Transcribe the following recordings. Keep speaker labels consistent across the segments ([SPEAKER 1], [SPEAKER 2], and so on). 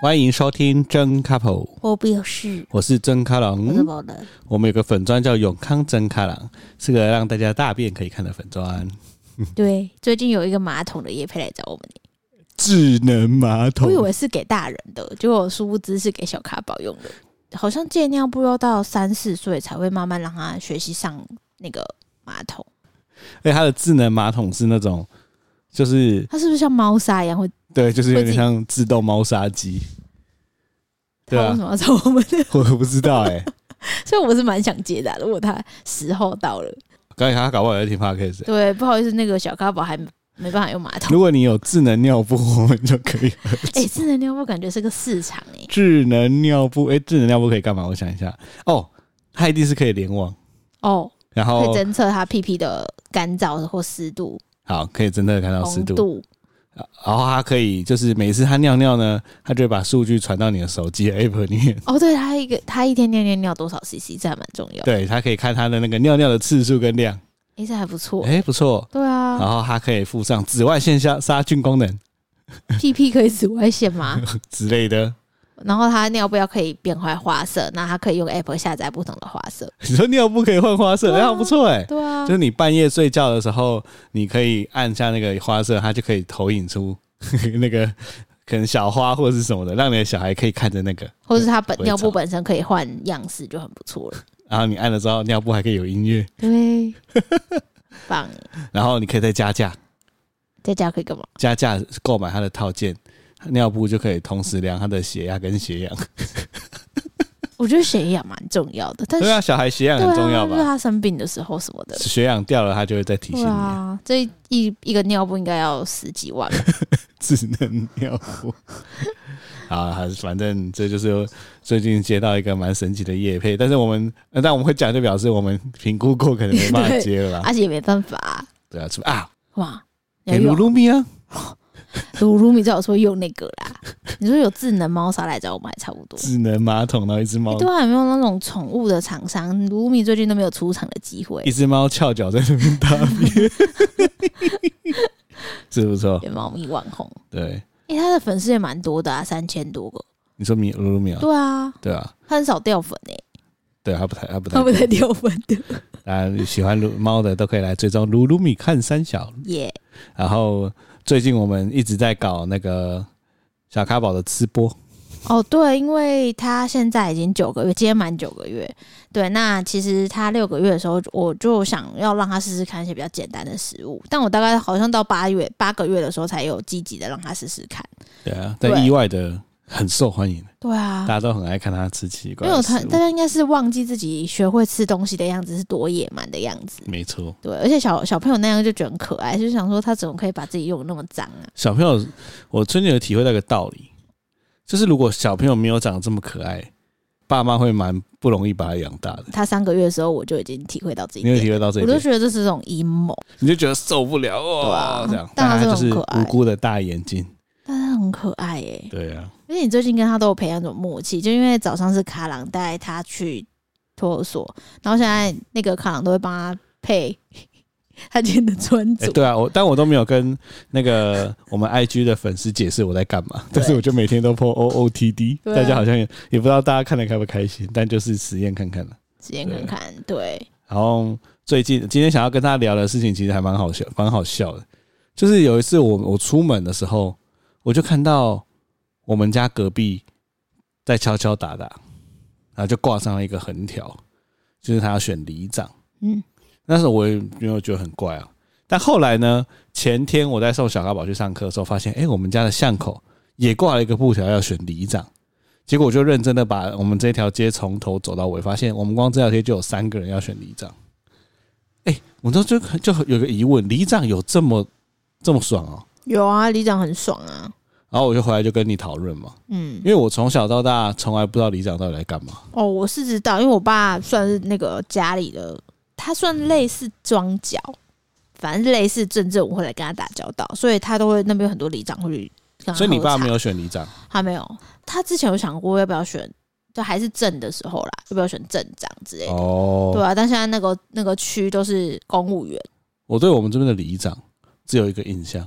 [SPEAKER 1] 欢迎收听真 couple，
[SPEAKER 2] 我表示，
[SPEAKER 1] 我是真卡
[SPEAKER 2] 我是
[SPEAKER 1] 郎。
[SPEAKER 2] 宝的，
[SPEAKER 1] 我们有个粉砖叫永康真卡郎，是个让大家大便可以看的粉砖。
[SPEAKER 2] 对，最近有一个马桶的叶配来找我们，
[SPEAKER 1] 智能马桶
[SPEAKER 2] 我以为是给大人的，结果殊不知是给小卡宝用的。好像戒尿布要到三四岁才会慢慢让他学习上那个马桶，
[SPEAKER 1] 而且哎它的智能马桶是那种，就是
[SPEAKER 2] 它是不是像猫砂一样会？
[SPEAKER 1] 对，就是有
[SPEAKER 2] 会
[SPEAKER 1] 点
[SPEAKER 2] 自己
[SPEAKER 1] 像自动猫砂机。对
[SPEAKER 2] 他为
[SPEAKER 1] 啊
[SPEAKER 2] 什，么要找我们？
[SPEAKER 1] 我不知道 哎、
[SPEAKER 2] 所以我是蛮想接的啊，如果他时候 到了，
[SPEAKER 1] 刚才他搞不好也在听 podcast 欸、
[SPEAKER 2] 对，不好意思，那个小卡宝还没办法用马 桶。
[SPEAKER 1] 如果你有智能尿布，我们就可以合作
[SPEAKER 2] 哎、智能尿布感觉是个市场哎、
[SPEAKER 1] 智能尿布，哎、智能尿布可以干嘛？我想一下，哦，它一定是可以联网，
[SPEAKER 2] 哦，
[SPEAKER 1] 然
[SPEAKER 2] 可以
[SPEAKER 1] 后
[SPEAKER 2] 侦测他屁屁的干燥或湿度、
[SPEAKER 1] 好，可以真的看到哦湿
[SPEAKER 2] 红
[SPEAKER 1] 度，
[SPEAKER 2] 度，
[SPEAKER 1] 然后它可以就是每次它尿尿呢，它就会把数据传到你的手机的 app 里面，
[SPEAKER 2] 哦，对，他一个他一天尿尿尿多少 CC，这还蛮重要。，
[SPEAKER 1] 对，它可以看它的那个尿尿的次数跟量，
[SPEAKER 2] 哎、这还不错。
[SPEAKER 1] 哎、不错。
[SPEAKER 2] 对啊
[SPEAKER 1] 然，后它可以附上紫外线杀杀菌功能
[SPEAKER 2] 屁屁可以紫外线吗？
[SPEAKER 1] 之类的。
[SPEAKER 2] 然后他尿布要可以变换花色，那他可以用 App 下载不同的花色。
[SPEAKER 1] 你说尿布可以换花色，
[SPEAKER 2] 对
[SPEAKER 1] 哎、
[SPEAKER 2] 啊
[SPEAKER 1] 好不错哎、
[SPEAKER 2] 对啊
[SPEAKER 1] 就是你半夜睡觉的时候，你可以按下那个花色，它就可以投影出 那个可能小花或者是什么的，让你的小孩可以看着那个。
[SPEAKER 2] 或是他本
[SPEAKER 1] 不会
[SPEAKER 2] 尿
[SPEAKER 1] 吵
[SPEAKER 2] 布本身可以换样式，就很不错 了。
[SPEAKER 1] 然后你按了之后，尿布还可以有音乐，
[SPEAKER 2] 对， 棒。
[SPEAKER 1] 然后你可以再加价，
[SPEAKER 2] 在家可以干嘛？
[SPEAKER 1] 加价购买它的套件，尿布就可以同时量他的血压跟血氧。
[SPEAKER 2] 我觉得血氧蛮重要的，但是
[SPEAKER 1] 对啊，小孩血氧
[SPEAKER 2] 对
[SPEAKER 1] 很重
[SPEAKER 2] 啊，
[SPEAKER 1] 要
[SPEAKER 2] 就是
[SPEAKER 1] 吧？
[SPEAKER 2] 他生病的时候什么的。
[SPEAKER 1] 血氧掉了，他就会再提醒
[SPEAKER 2] 对
[SPEAKER 1] 你、
[SPEAKER 2] 啊，这一一一个尿布应该要十几万吧，
[SPEAKER 1] 智能尿布。 好，还是反正这就是最近接到一个蛮神奇的业配，但是我们，呃但我们会讲，就表示我们评估过，可能没办法接了啦。
[SPEAKER 2] 而且也没办法啊。
[SPEAKER 1] 对啊，是吧？啊，
[SPEAKER 2] 哇，你
[SPEAKER 1] 给
[SPEAKER 2] 要用
[SPEAKER 1] 鲁鲁米啊，
[SPEAKER 2] 鲁鲁米最好说用那个啦。 你说有智能猫砂来找我们还差不多。
[SPEAKER 1] 智能马桶，然后一只猫
[SPEAKER 2] 欸、，对啊，有没有那种宠物的厂商？鲁鲁米最近都没有出场的机 会
[SPEAKER 1] 一，只猫翘脚在那边大便， 是不错。
[SPEAKER 2] 有猫咪网红。
[SPEAKER 1] 对，
[SPEAKER 2] 哎、他的粉丝也蛮多的啊，三千多个。
[SPEAKER 1] 你说米鲁鲁米啊，
[SPEAKER 2] 对啊，
[SPEAKER 1] 对啊，
[SPEAKER 2] 他很少掉粉诶、欸
[SPEAKER 1] 对，他不太，他不太
[SPEAKER 2] 他，不太掉粉 的。
[SPEAKER 1] 大家喜欢鲁猫的都可以来追踪鲁鲁米看三小
[SPEAKER 2] 耶、
[SPEAKER 1] 然后最近我们一直在搞那个小咖宝的吃播，
[SPEAKER 2] 哦，对，因为他现在已经九个月，今天满九个月。对，那其实他六个月的时候，我就想要让他试试看一些比较简单的食物，但我大概好像到八月八个月的时候，才有积极的让他试试看。
[SPEAKER 1] 对啊，
[SPEAKER 2] 对
[SPEAKER 1] 但意外的很受欢迎，
[SPEAKER 2] 对啊，
[SPEAKER 1] 大家都很爱看他吃奇怪
[SPEAKER 2] 因为
[SPEAKER 1] 的
[SPEAKER 2] 我
[SPEAKER 1] 食
[SPEAKER 2] 看大
[SPEAKER 1] 物。
[SPEAKER 2] 家应该是忘记自己学会吃东西的样子是多野蛮的样子，
[SPEAKER 1] 没错，
[SPEAKER 2] 对，而且小小朋友那样就觉得很可爱，就想说他怎么可以把自己用得那么脏啊？
[SPEAKER 1] 小朋友，我最近有体会到一个道理，就是如果小朋友没有长得这么可爱，爸妈会蛮不容易把他养大的。
[SPEAKER 2] 他三个月的时候我就已经体会到这一
[SPEAKER 1] 你有体
[SPEAKER 2] 点，
[SPEAKER 1] 会到这一
[SPEAKER 2] 我都
[SPEAKER 1] 点，
[SPEAKER 2] 觉得这是种阴谋，
[SPEAKER 1] 你就觉得受不了哦，
[SPEAKER 2] 对啊
[SPEAKER 1] 这样，
[SPEAKER 2] 大
[SPEAKER 1] 但
[SPEAKER 2] 家
[SPEAKER 1] 他
[SPEAKER 2] 都
[SPEAKER 1] 就
[SPEAKER 2] 很
[SPEAKER 1] 是
[SPEAKER 2] 可爱
[SPEAKER 1] 无辜的大眼睛，
[SPEAKER 2] 但他很可爱耶、
[SPEAKER 1] 对啊，
[SPEAKER 2] 而且你最近跟他都有培养一种默契，就因为早上是卡郎带他去托儿所，然后现在那个卡郎都会帮他配他今天的穿
[SPEAKER 1] 哎、
[SPEAKER 2] 着，
[SPEAKER 1] 对啊，我但我都没有跟那个我们 IG 的粉丝解释我在干嘛，但是我就每天都 po O O T D，、
[SPEAKER 2] 对啊
[SPEAKER 1] 大家好像也也不知道大家看了开不开心，但就是实验看看了。
[SPEAKER 2] 时间看看，对，
[SPEAKER 1] 然后最近今天想要跟他聊的事情，其实还蛮好笑，蛮好笑的。就是有一次我我出门的时候，我就看到我们家隔壁在敲敲打打，然后就挂上了一个横条，就是他要选里长。
[SPEAKER 2] 嗯，
[SPEAKER 1] 那时候我也没有觉得很怪啊。但后来呢，前天我在送小咖宝去上课的时候，发现哎、诶我们家的巷口也挂了一个布条要选里长。结果我就认真的把我们这条街从头走到尾，发现我们光这条街就有三个人要选里长。哎、我都就就有个疑问，里长有这么这么爽哦？
[SPEAKER 2] 有啊，里长很爽啊，
[SPEAKER 1] 然后我就回来就跟你讨论嘛，
[SPEAKER 2] 嗯
[SPEAKER 1] 因。为我从小到大从来不知道里长到底在干嘛。
[SPEAKER 2] 哦，我是知道，因为我爸算是那个家里的，他算类似庄脚，反正类似政治，我会来跟他打交道，所以他都会那边有很多里长会去跟他
[SPEAKER 1] 所以你
[SPEAKER 2] 喝
[SPEAKER 1] 爸
[SPEAKER 2] 茶
[SPEAKER 1] 没有选里长，
[SPEAKER 2] 他没有，他之前有想过要不要选，就还是镇的时候啦，要不要选镇长之类的。
[SPEAKER 1] 哦
[SPEAKER 2] 对啊，但现在那个那个区都是公务员，
[SPEAKER 1] 我对我们这边的里长只有一个印象，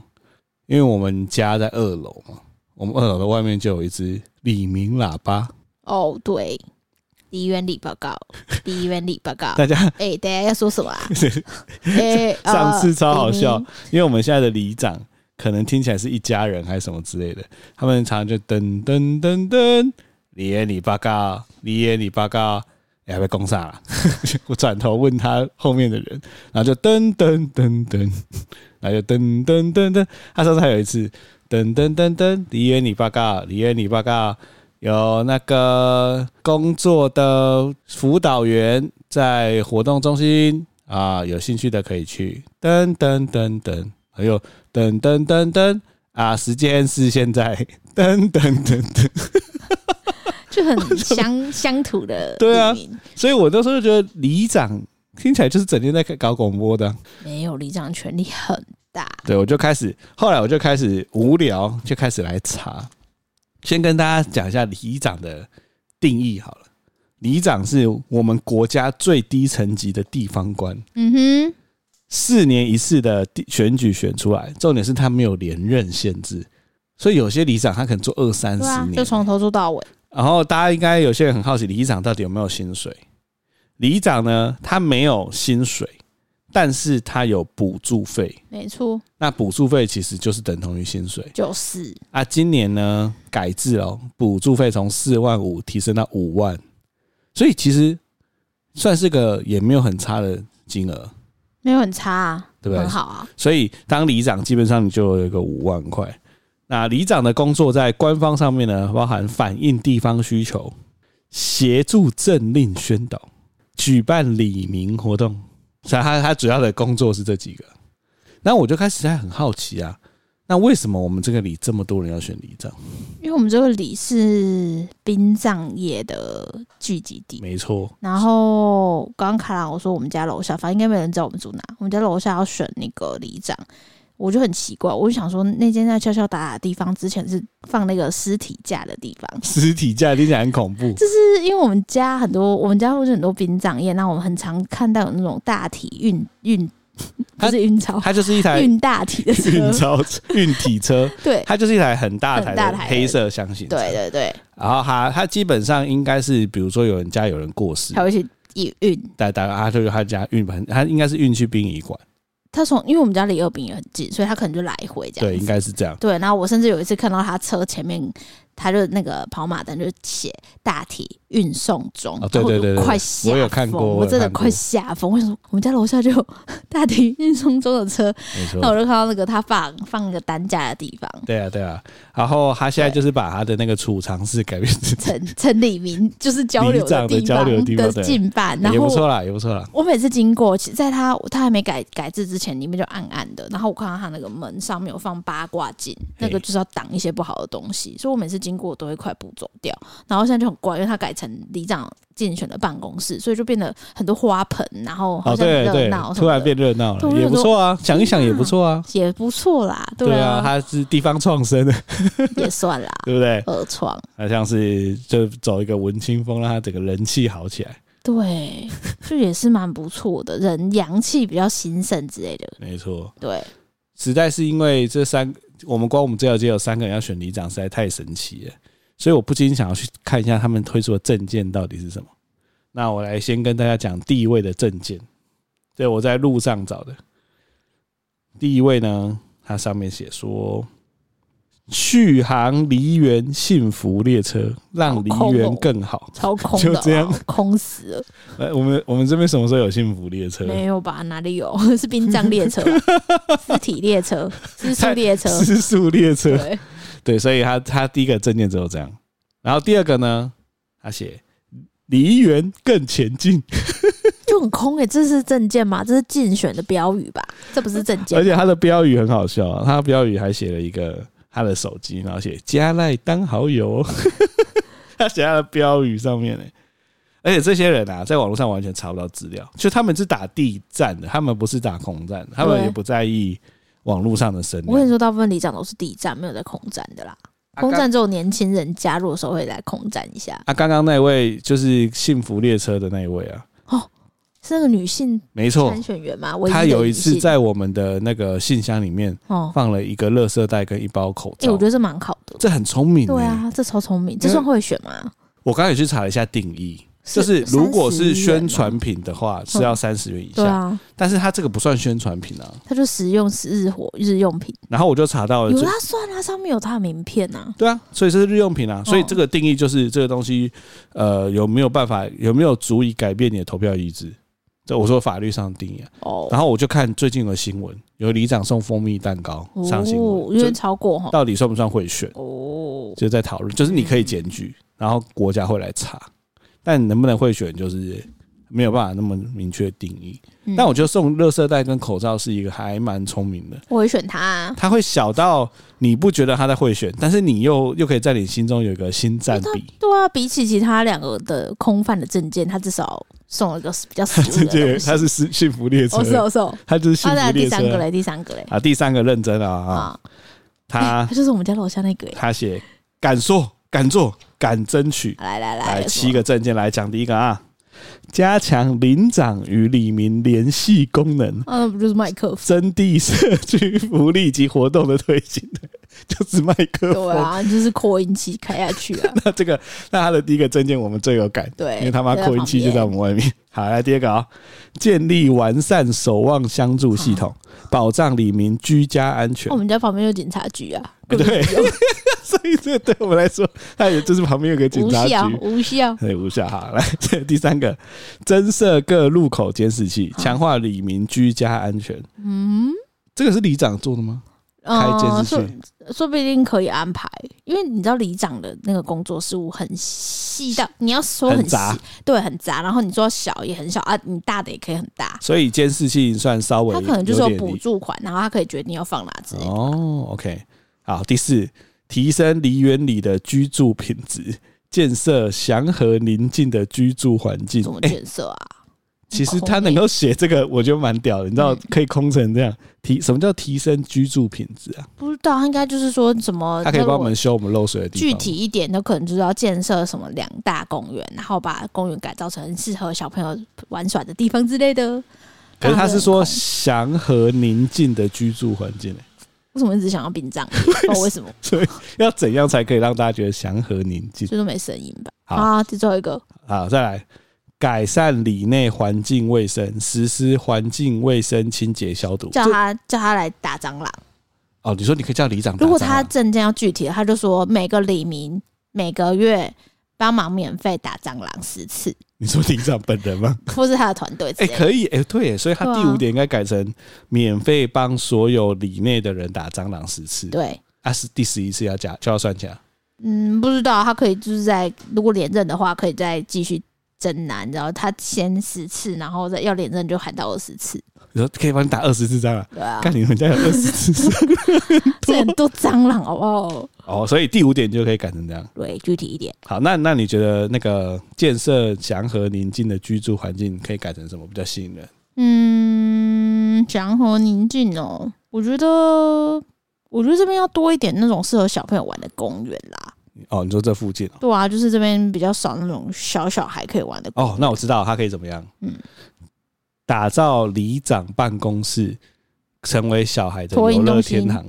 [SPEAKER 1] 因为我们家在二楼嘛，我们二楼的外面就有一只李明喇叭，
[SPEAKER 2] 哦，对，梨园里报告，梨园里报告。
[SPEAKER 1] 大家
[SPEAKER 2] 哎、大家要说什 么啊？哎、呃
[SPEAKER 1] 上次超好笑
[SPEAKER 2] 李明，
[SPEAKER 1] 因为我们现在的里长可能听起来是一家人还是什么之类的，他们常常就噔噔噔噔，李岩李八嘎，李岩李八嘎，哎、欸，被攻上了。 我转头问他后面的人，然后就噔噔噔噔，然后就噔噔噔噔。他上次还有一次噔噔噔噔，李岩李八嘎，李岩李八嘎。有那个工作的辅导员在活动中心啊，有兴趣的可以去。噔噔噔噔，还有噔噔噔噔啊，时间是现在。 噔噔噔噔，
[SPEAKER 2] 就 很乡乡土的
[SPEAKER 1] 对啊
[SPEAKER 2] 地名
[SPEAKER 1] 所以我那时候就觉得里长听起来就是整天在搞广播的啊、
[SPEAKER 2] 没有里长权力很大。
[SPEAKER 1] 对，我就开始，后来我就开始无聊，就开始来查。先跟大家讲一下里长的定义好了，里长是我们国家最低层级的地方官，
[SPEAKER 2] 嗯
[SPEAKER 1] 四年一次的地选举选出来，重点是他没有连任限制，所以有些里长他可能做二三
[SPEAKER 2] 哼，对
[SPEAKER 1] 十
[SPEAKER 2] 啊，
[SPEAKER 1] 年，
[SPEAKER 2] 就从头做到尾。
[SPEAKER 1] 然后大家应该有些人很好奇，里长到底有没有薪水？里长呢，他没有薪水，但是他有补助费。
[SPEAKER 2] 没错，
[SPEAKER 1] 那补助费其实就是等同于薪水
[SPEAKER 2] 就是
[SPEAKER 1] 啊。今年呢改制了，补助费从四万五提升到五万，所以其实算是个也没有很差的金额，
[SPEAKER 2] 没有很差啊，
[SPEAKER 1] 对不对
[SPEAKER 2] 很？好啊。
[SPEAKER 1] 所以当里长基本上你就有一个五万块。那里长的工作在官方上面呢，包含反映地方需求、协助政令宣导、举办里民活动，所以他他主要的工作是这几个。那我就开始在很好奇啊，那为什么我们这个里这么多人要选里长？
[SPEAKER 2] 因为我们这个里是殡葬业的聚集地，
[SPEAKER 1] 没错，
[SPEAKER 2] 然后刚刚卡拉我说我们家楼下，反正应该没有人知道我们住哪。我们家楼下要选那个里长，我就很奇怪，我就想说那间在敲敲打打的地方，之前是放那个尸体架的地方，
[SPEAKER 1] 尸体架听起来很恐怖，
[SPEAKER 2] 就是因为我们家很多，我们家附近很多殡葬业，那我们很常看到有那种大体运运，不
[SPEAKER 1] 它
[SPEAKER 2] 是运钞，
[SPEAKER 1] 它就是一台
[SPEAKER 2] 运大体的车
[SPEAKER 1] 运，钞运体车，
[SPEAKER 2] 对
[SPEAKER 1] 它就是一台很大台
[SPEAKER 2] 很大
[SPEAKER 1] 的
[SPEAKER 2] 台的
[SPEAKER 1] 黑色箱型车。
[SPEAKER 2] 对对对，
[SPEAKER 1] 然后他他基本上应该是，比如说有人家有人过世
[SPEAKER 2] 还，会去运运。
[SPEAKER 1] 大大他就他家运盆，他应该是运去殡仪馆，
[SPEAKER 2] 他从因为我们家离二殡也很近，所以他可能就来回这样
[SPEAKER 1] 对，应该是这样。
[SPEAKER 2] 对，然后我甚至有一次看到他车前面，他就那个跑马灯就写大体运送中，
[SPEAKER 1] 哦对对
[SPEAKER 2] 然后我
[SPEAKER 1] 对对
[SPEAKER 2] 就
[SPEAKER 1] 对
[SPEAKER 2] 快吓
[SPEAKER 1] 我有看
[SPEAKER 2] 疯
[SPEAKER 1] 过我
[SPEAKER 2] 我
[SPEAKER 1] 有
[SPEAKER 2] 真的
[SPEAKER 1] 看
[SPEAKER 2] 快
[SPEAKER 1] 过
[SPEAKER 2] 吓疯。我想说，我们家楼下就有大体运送中的车，
[SPEAKER 1] 没
[SPEAKER 2] 那我
[SPEAKER 1] 错，
[SPEAKER 2] 就看到那个他放放那个担架的地方，
[SPEAKER 1] 对啊对啊。然后他现在就是把他的那个储藏室改变成，
[SPEAKER 2] 陈陈李明就是交
[SPEAKER 1] 里
[SPEAKER 2] 流
[SPEAKER 1] 长的
[SPEAKER 2] 地
[SPEAKER 1] 交
[SPEAKER 2] 方
[SPEAKER 1] 流地方对
[SPEAKER 2] 近半，然
[SPEAKER 1] 也不
[SPEAKER 2] 后
[SPEAKER 1] 错啦，也不错啦。
[SPEAKER 2] 我每次经过，其实在他他还没改改制之前，里面就暗暗的。然后我看到他那个门上面有放八卦镜，那个就是要挡一些不好的东西，所以我每次经过我都会快步走掉。然后现在就很怪，因为他改成里长竞选的办公室，所以就变得很多花盆，然后好
[SPEAKER 1] 哦，
[SPEAKER 2] 像很
[SPEAKER 1] 对
[SPEAKER 2] 热
[SPEAKER 1] 对
[SPEAKER 2] 闹，什么的，
[SPEAKER 1] 突然变热闹
[SPEAKER 2] 对
[SPEAKER 1] 了，
[SPEAKER 2] 我
[SPEAKER 1] 也
[SPEAKER 2] 想
[SPEAKER 1] 不
[SPEAKER 2] 说
[SPEAKER 1] 错啊。想一想也不错啊。
[SPEAKER 2] 也不错啦，
[SPEAKER 1] 对啊，
[SPEAKER 2] 啊，
[SPEAKER 1] 他是地方创生的，
[SPEAKER 2] 也算啦，
[SPEAKER 1] 对不对？
[SPEAKER 2] 二创
[SPEAKER 1] 他像是就走一个文青风，让他整个人气好起来。
[SPEAKER 2] 对，就也是蛮不错的，人阳气比较兴盛之类的，
[SPEAKER 1] 没错，
[SPEAKER 2] 对。
[SPEAKER 1] 实在是因为这三，我们光我们这条街有三个人要选里长，实在太神奇了，所以我不禁想要去看一下他们推出的证件到底是什么。那我来先跟大家讲第一位的证件，对我在路上找的。第一位呢，它上面写说，续航梨园幸福列车，让梨园更好。
[SPEAKER 2] 超空哦的
[SPEAKER 1] 就
[SPEAKER 2] 啦，
[SPEAKER 1] 这样
[SPEAKER 2] 空死了。
[SPEAKER 1] 哎，我们我们这边什么时候有幸福列车？
[SPEAKER 2] 没有吧？哪里有？ 是殡葬 列车、尸体列车、尸速列车。
[SPEAKER 1] 失速列车。
[SPEAKER 2] 对，
[SPEAKER 1] 对，所以他他第一个证件只有这样，然后第二个呢，他写梨园更前进，
[SPEAKER 2] 就很空诶、这是证件吗？这是竞选的标语吧？这不是证件
[SPEAKER 1] 而，且他的标语很好笑、啊，他的标语还写了一个他的手机，然后写加赖当好友 哦，他写他的标语上面呢、欸而且这些人啊，在网络上完全查不到资料，就他们是打地站的，他们不是打空战的，他们
[SPEAKER 2] 对啊
[SPEAKER 1] 也不在意网络上的声
[SPEAKER 2] 我跟
[SPEAKER 1] 量
[SPEAKER 2] 你。说，大部分里长都是地站，没有在空站的啦。
[SPEAKER 1] 啊
[SPEAKER 2] 空站只有年轻人加入的时候会来空站一下，
[SPEAKER 1] 啊，刚刚那位就是幸福列车的那一位啊，
[SPEAKER 2] 哦，是那个女性
[SPEAKER 1] 没错
[SPEAKER 2] 参，选员嘛，唯一
[SPEAKER 1] 他
[SPEAKER 2] 的
[SPEAKER 1] 有一
[SPEAKER 2] 女
[SPEAKER 1] 次
[SPEAKER 2] 性
[SPEAKER 1] 在我们的那个信箱里面
[SPEAKER 2] 哦，
[SPEAKER 1] 放了一个垃圾袋跟一包口
[SPEAKER 2] 哎、
[SPEAKER 1] 罩，
[SPEAKER 2] 我觉得这蛮好的。
[SPEAKER 1] 这很聪明、欸。
[SPEAKER 2] 对啊，这超聪明，这算会选吗？
[SPEAKER 1] 我刚才也去查了一下定义，就是如果是宣传品的话，是要三十元以
[SPEAKER 2] 对
[SPEAKER 1] 下，
[SPEAKER 2] 啊，
[SPEAKER 1] 但是它这个不算宣传品啊。
[SPEAKER 2] 它就实用是日活日用品，
[SPEAKER 1] 然后我呃就查到了，
[SPEAKER 2] 有
[SPEAKER 1] 这
[SPEAKER 2] 它算啊，上面有它的名片呐、
[SPEAKER 1] 对啊，所以这是日用品啊，所以
[SPEAKER 2] 哦
[SPEAKER 1] 这个定义就是这个东西，呃，有没有办法，有没有足以改变你的投票意志？这我说法律上的定义啊。
[SPEAKER 2] 哦，
[SPEAKER 1] 然后我就看最近有个新闻，有里长送蜂蜜蛋糕上新
[SPEAKER 2] 哦，
[SPEAKER 1] 闻，
[SPEAKER 2] 因为
[SPEAKER 1] 这
[SPEAKER 2] 超过哈，
[SPEAKER 1] 到底算不算贿选？
[SPEAKER 2] 哦，
[SPEAKER 1] 就在讨论，就是你可
[SPEAKER 2] 嗯
[SPEAKER 1] 以检举，然后国家会来查，但能不能贿选就是没有办法那么明确定义。
[SPEAKER 2] 嗯
[SPEAKER 1] 但我觉得送垃圾袋跟口罩是一个还蛮聪明的，
[SPEAKER 2] 我会选它、啊，
[SPEAKER 1] 他会小到你不觉得他在贿选，但是你又又可以在你心中有一个新占比。
[SPEAKER 2] 对啊，比起其他两个的空泛的证件，它至少送了一个比较实
[SPEAKER 1] 他
[SPEAKER 2] 用
[SPEAKER 1] 这
[SPEAKER 2] 的东
[SPEAKER 1] 件
[SPEAKER 2] 西。
[SPEAKER 1] 他是幸幸福列车
[SPEAKER 2] 哦，，是哦，是哦，
[SPEAKER 1] 他就是幸
[SPEAKER 2] 啊，对啊，
[SPEAKER 1] 福
[SPEAKER 2] 第
[SPEAKER 1] 列
[SPEAKER 2] 三个
[SPEAKER 1] 车
[SPEAKER 2] 嘞，第三个嘞，
[SPEAKER 1] 啊。第三个认真了啊，
[SPEAKER 2] 啊，哎
[SPEAKER 1] 他
[SPEAKER 2] 它就是我们家楼下那个欸耶。
[SPEAKER 1] 他写敢说敢做敢争取，
[SPEAKER 2] 来来来，
[SPEAKER 1] 来
[SPEAKER 2] 有什么
[SPEAKER 1] 七个证件来讲，第一个啊，加强邻长与里民联系功能，
[SPEAKER 2] 啊，那不就是麦克风？
[SPEAKER 1] 增地社区福利及活动的推行， 就是麦克风。
[SPEAKER 2] 对啊，就是扩音器开下去啊，
[SPEAKER 1] 那这个，那他的第一个证件我们最有感，
[SPEAKER 2] 对，
[SPEAKER 1] 因为他妈扩音器就在我
[SPEAKER 2] 们
[SPEAKER 1] 们外面。好，来第二个啊、建立完善守望相助系统，保障里民居家安全
[SPEAKER 2] 我。哦们家旁边有警察局啊，
[SPEAKER 1] 哎对， 所以这对我们来说，它也就是旁边有个警
[SPEAKER 2] 无
[SPEAKER 1] 察
[SPEAKER 2] 效
[SPEAKER 1] 局，
[SPEAKER 2] 无效，
[SPEAKER 1] 对，无效哈。来，这第三个，增设各路口监视器，强化里民居家安全。
[SPEAKER 2] 嗯。
[SPEAKER 1] 这个是里长做的吗？开监
[SPEAKER 2] 嗯，
[SPEAKER 1] 视
[SPEAKER 2] 说
[SPEAKER 1] 器，
[SPEAKER 2] 说不定可以安排，因为你知道里长的那个工作事务很细到，你要说
[SPEAKER 1] 很
[SPEAKER 2] 很细，
[SPEAKER 1] 杂，
[SPEAKER 2] 对，很杂。然后你说小也很小啊，你大的也可以很大。
[SPEAKER 1] 所以监视器算稍微
[SPEAKER 2] 他可能就是有
[SPEAKER 1] 点
[SPEAKER 2] 补助款，然后他可以决定要放哪之类的。
[SPEAKER 1] 哦，OK，好，第四，提升梨园里的居住品质，建设祥和宁静的居住环境
[SPEAKER 2] 怎么。
[SPEAKER 1] 哎、
[SPEAKER 2] 建设啊？
[SPEAKER 1] 其实他能够写这个，我觉得蛮屌的。你知道
[SPEAKER 2] 嗯，
[SPEAKER 1] 可以空成这样，提什么叫提升居住品质啊？
[SPEAKER 2] 不知道，他应该就是说什么？
[SPEAKER 1] 他可以
[SPEAKER 2] 呃那
[SPEAKER 1] 帮
[SPEAKER 2] 如
[SPEAKER 1] 我
[SPEAKER 2] 果
[SPEAKER 1] 们修我们漏水的地方
[SPEAKER 2] 具
[SPEAKER 1] 吗。
[SPEAKER 2] 体一点，那可能就是要建设什么两大公园，然后把公园改造成适合小朋友玩耍的地方之类的。
[SPEAKER 1] 可是他是
[SPEAKER 2] 让
[SPEAKER 1] 说
[SPEAKER 2] 人很
[SPEAKER 1] 祥和宁静的居住环境、欸，
[SPEAKER 2] 为什么一直想要 殡葬？不知道为什么，
[SPEAKER 1] 所以要怎样才可以让大家觉得祥和宁静？
[SPEAKER 2] 就是没声音吧？
[SPEAKER 1] 好
[SPEAKER 2] 啊，这最后一个，
[SPEAKER 1] 好，再来改善里内环境卫生，实施环境卫生清洁消毒。
[SPEAKER 2] 叫
[SPEAKER 1] 这
[SPEAKER 2] 他叫他来打蟑螂。
[SPEAKER 1] 哦，你说你可以叫里长打啊
[SPEAKER 2] 如果
[SPEAKER 1] 蟑螂
[SPEAKER 2] 他证件要具体的，他就说每个里民每个月帮忙免费打蟑螂十次，
[SPEAKER 1] 你说里长本人吗？
[SPEAKER 2] 或 是他的团队之
[SPEAKER 1] 哎、
[SPEAKER 2] 类的。
[SPEAKER 1] 可以，哎、对耶，所以他
[SPEAKER 2] 对啊
[SPEAKER 1] 第五点应该改成免费帮所有里内的人打蟑螂十次，
[SPEAKER 2] 对，
[SPEAKER 1] 啊，是第十一次要加就要算起来。
[SPEAKER 2] 嗯，不知道他可以就是在如果连任的话，可以再继续征南，然后他先十次，然后再要连任就喊到二十次，
[SPEAKER 1] 你说可以帮你打二十次蟑螂，
[SPEAKER 2] 对啊，
[SPEAKER 1] 看你们家有二十次 蟑螂
[SPEAKER 2] 这很多蟑螂好不好？
[SPEAKER 1] 哦，所以第五点就可以改成这样。
[SPEAKER 2] 对，具体一点，
[SPEAKER 1] 好，那那你觉得那个建设祥和宁静的居住环境可以改成什么比较吸引人？
[SPEAKER 2] 嗯，祥和宁静哦，我觉得。我觉得这边要多一点那种适合小朋友玩的公园啦，
[SPEAKER 1] 哦，你说这附近哦，
[SPEAKER 2] 对啊，就是这边比较少那种小小孩可以玩的公园
[SPEAKER 1] 哦，那我知道它可以怎么样？
[SPEAKER 2] 嗯
[SPEAKER 1] 打造里长办公室成为小孩的
[SPEAKER 2] 托
[SPEAKER 1] 游
[SPEAKER 2] 运
[SPEAKER 1] 乐
[SPEAKER 2] 中心
[SPEAKER 1] 天堂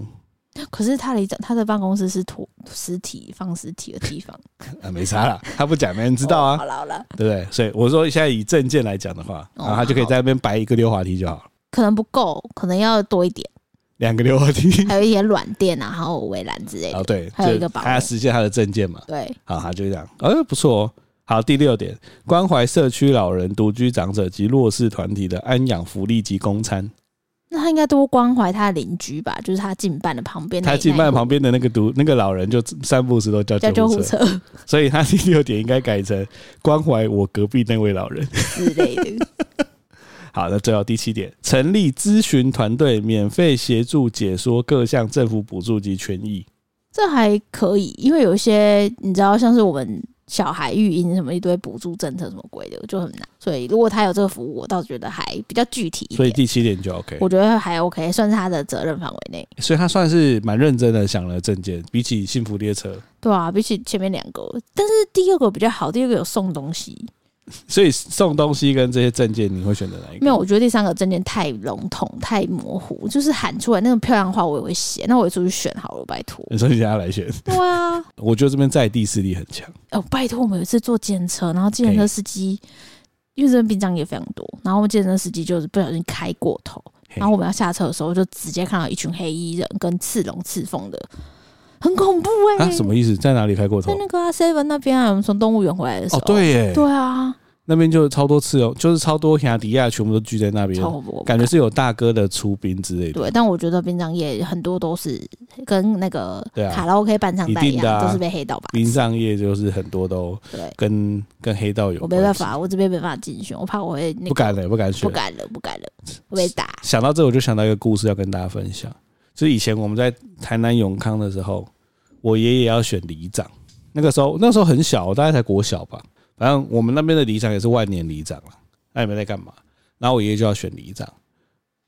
[SPEAKER 2] 可是他里长他的办公室是土实体放实体的地方，
[SPEAKER 1] 啊，没差啦，他不讲没 人知道啊
[SPEAKER 2] 哦好，了好了，
[SPEAKER 1] 对不对？所以我说现在以证件来讲的话，
[SPEAKER 2] 哦
[SPEAKER 1] 然后他就可以在那边摆一个溜滑梯就好了，
[SPEAKER 2] 可能不够，可能要多一点。
[SPEAKER 1] 两个溜滑 梯。
[SPEAKER 2] 还有一些软垫啊，还有围栏之类
[SPEAKER 1] 哦，
[SPEAKER 2] 的。
[SPEAKER 1] 对，
[SPEAKER 2] 还有一
[SPEAKER 1] 就
[SPEAKER 2] 个保护
[SPEAKER 1] 他要实现他的证件嘛，
[SPEAKER 2] 对，
[SPEAKER 1] 好，他就这样，呃，不错哦。好，第六点，关怀社区老人、独居长者及弱势团体的安养福利及公餐。
[SPEAKER 2] 那他应该多关怀他的邻居吧，就是他近办的旁边那一，
[SPEAKER 1] 他进
[SPEAKER 2] 那一
[SPEAKER 1] 办
[SPEAKER 2] 户
[SPEAKER 1] 旁边的那个独那个老人就三步时都叫
[SPEAKER 2] 叫救
[SPEAKER 1] 救护
[SPEAKER 2] 护
[SPEAKER 1] 车，
[SPEAKER 2] 车
[SPEAKER 1] 所以他第六点应该改成关怀我隔壁那位老人。
[SPEAKER 2] 之类的。
[SPEAKER 1] 好，那最后第七点，成立咨询团队，免费协助解说各项政府补助及权益。
[SPEAKER 2] 这还可以，因为有一些你知道，像是我们小孩育婴什么一堆补助政策什么鬼的，就很难。所以如果他有这个服务，我倒觉得还比较具体一
[SPEAKER 1] 所以
[SPEAKER 2] 点。
[SPEAKER 1] 第七点就 OK，
[SPEAKER 2] 我觉得还 OK，算是他的责任范围内。
[SPEAKER 1] 所以他算是蛮认真的想了证件，比起幸福列车，
[SPEAKER 2] 对啊，比起前面两个，但是第二个比较好，第二个有送东西，
[SPEAKER 1] 所以送东西跟这些证件，你会选择哪一个？
[SPEAKER 2] 没有，我觉得第三个证件太笼统、太模糊，就是喊出来那种漂亮话我也会写，那我也出去选好了，拜托。
[SPEAKER 1] 你说你现在来选，
[SPEAKER 2] 对啊，
[SPEAKER 1] 我觉得这边在地势力很强。
[SPEAKER 2] 哦，拜托，我们有一次坐检车，然后计程车
[SPEAKER 1] 嘿
[SPEAKER 2] 司机，因为这边殡葬业非常多，然后我们计程车司机就是不小心开过头，
[SPEAKER 1] 嘿
[SPEAKER 2] 然后我们要下车的时候，就直接看到一群黑衣人跟刺龙刺凤的，很恐怖哎、
[SPEAKER 1] 啊，什么意思？在哪里开过头
[SPEAKER 2] 在？那个啊 seven 那边啊，我们从动物园回来的时
[SPEAKER 1] 哦
[SPEAKER 2] 候，，
[SPEAKER 1] 对耶，
[SPEAKER 2] 对啊，
[SPEAKER 1] 那边就超多次哦，就是超多亚迪亚全部都聚在那边，
[SPEAKER 2] 超恐怖。
[SPEAKER 1] 感觉是有大哥的出兵之类的。
[SPEAKER 2] 对，但我觉得殡葬业很多都是跟那个
[SPEAKER 1] 对啊
[SPEAKER 2] 卡拉 OK 伴唱带
[SPEAKER 1] 一
[SPEAKER 2] 一
[SPEAKER 1] 定
[SPEAKER 2] 样，
[SPEAKER 1] 的啊
[SPEAKER 2] 都是被黑道吧？
[SPEAKER 1] 殡葬业就是很多都
[SPEAKER 2] 对，
[SPEAKER 1] 跟跟黑道有
[SPEAKER 2] 我
[SPEAKER 1] 关系，
[SPEAKER 2] 没办法，我这边没办法竞选，我怕我会那
[SPEAKER 1] 不
[SPEAKER 2] 个
[SPEAKER 1] 敢了，不敢选
[SPEAKER 2] 不。敢了，不敢了，我被打。
[SPEAKER 1] 想到这，我就想到一个故事要跟大家分享，就是以前我们在台南永康的时候，我爷爷要选里长，那个时候那时候很小，我大概才国小吧，反正我们那边的里长也是万年里长了，啊那你们在干嘛？然后我爷爷就要选里长，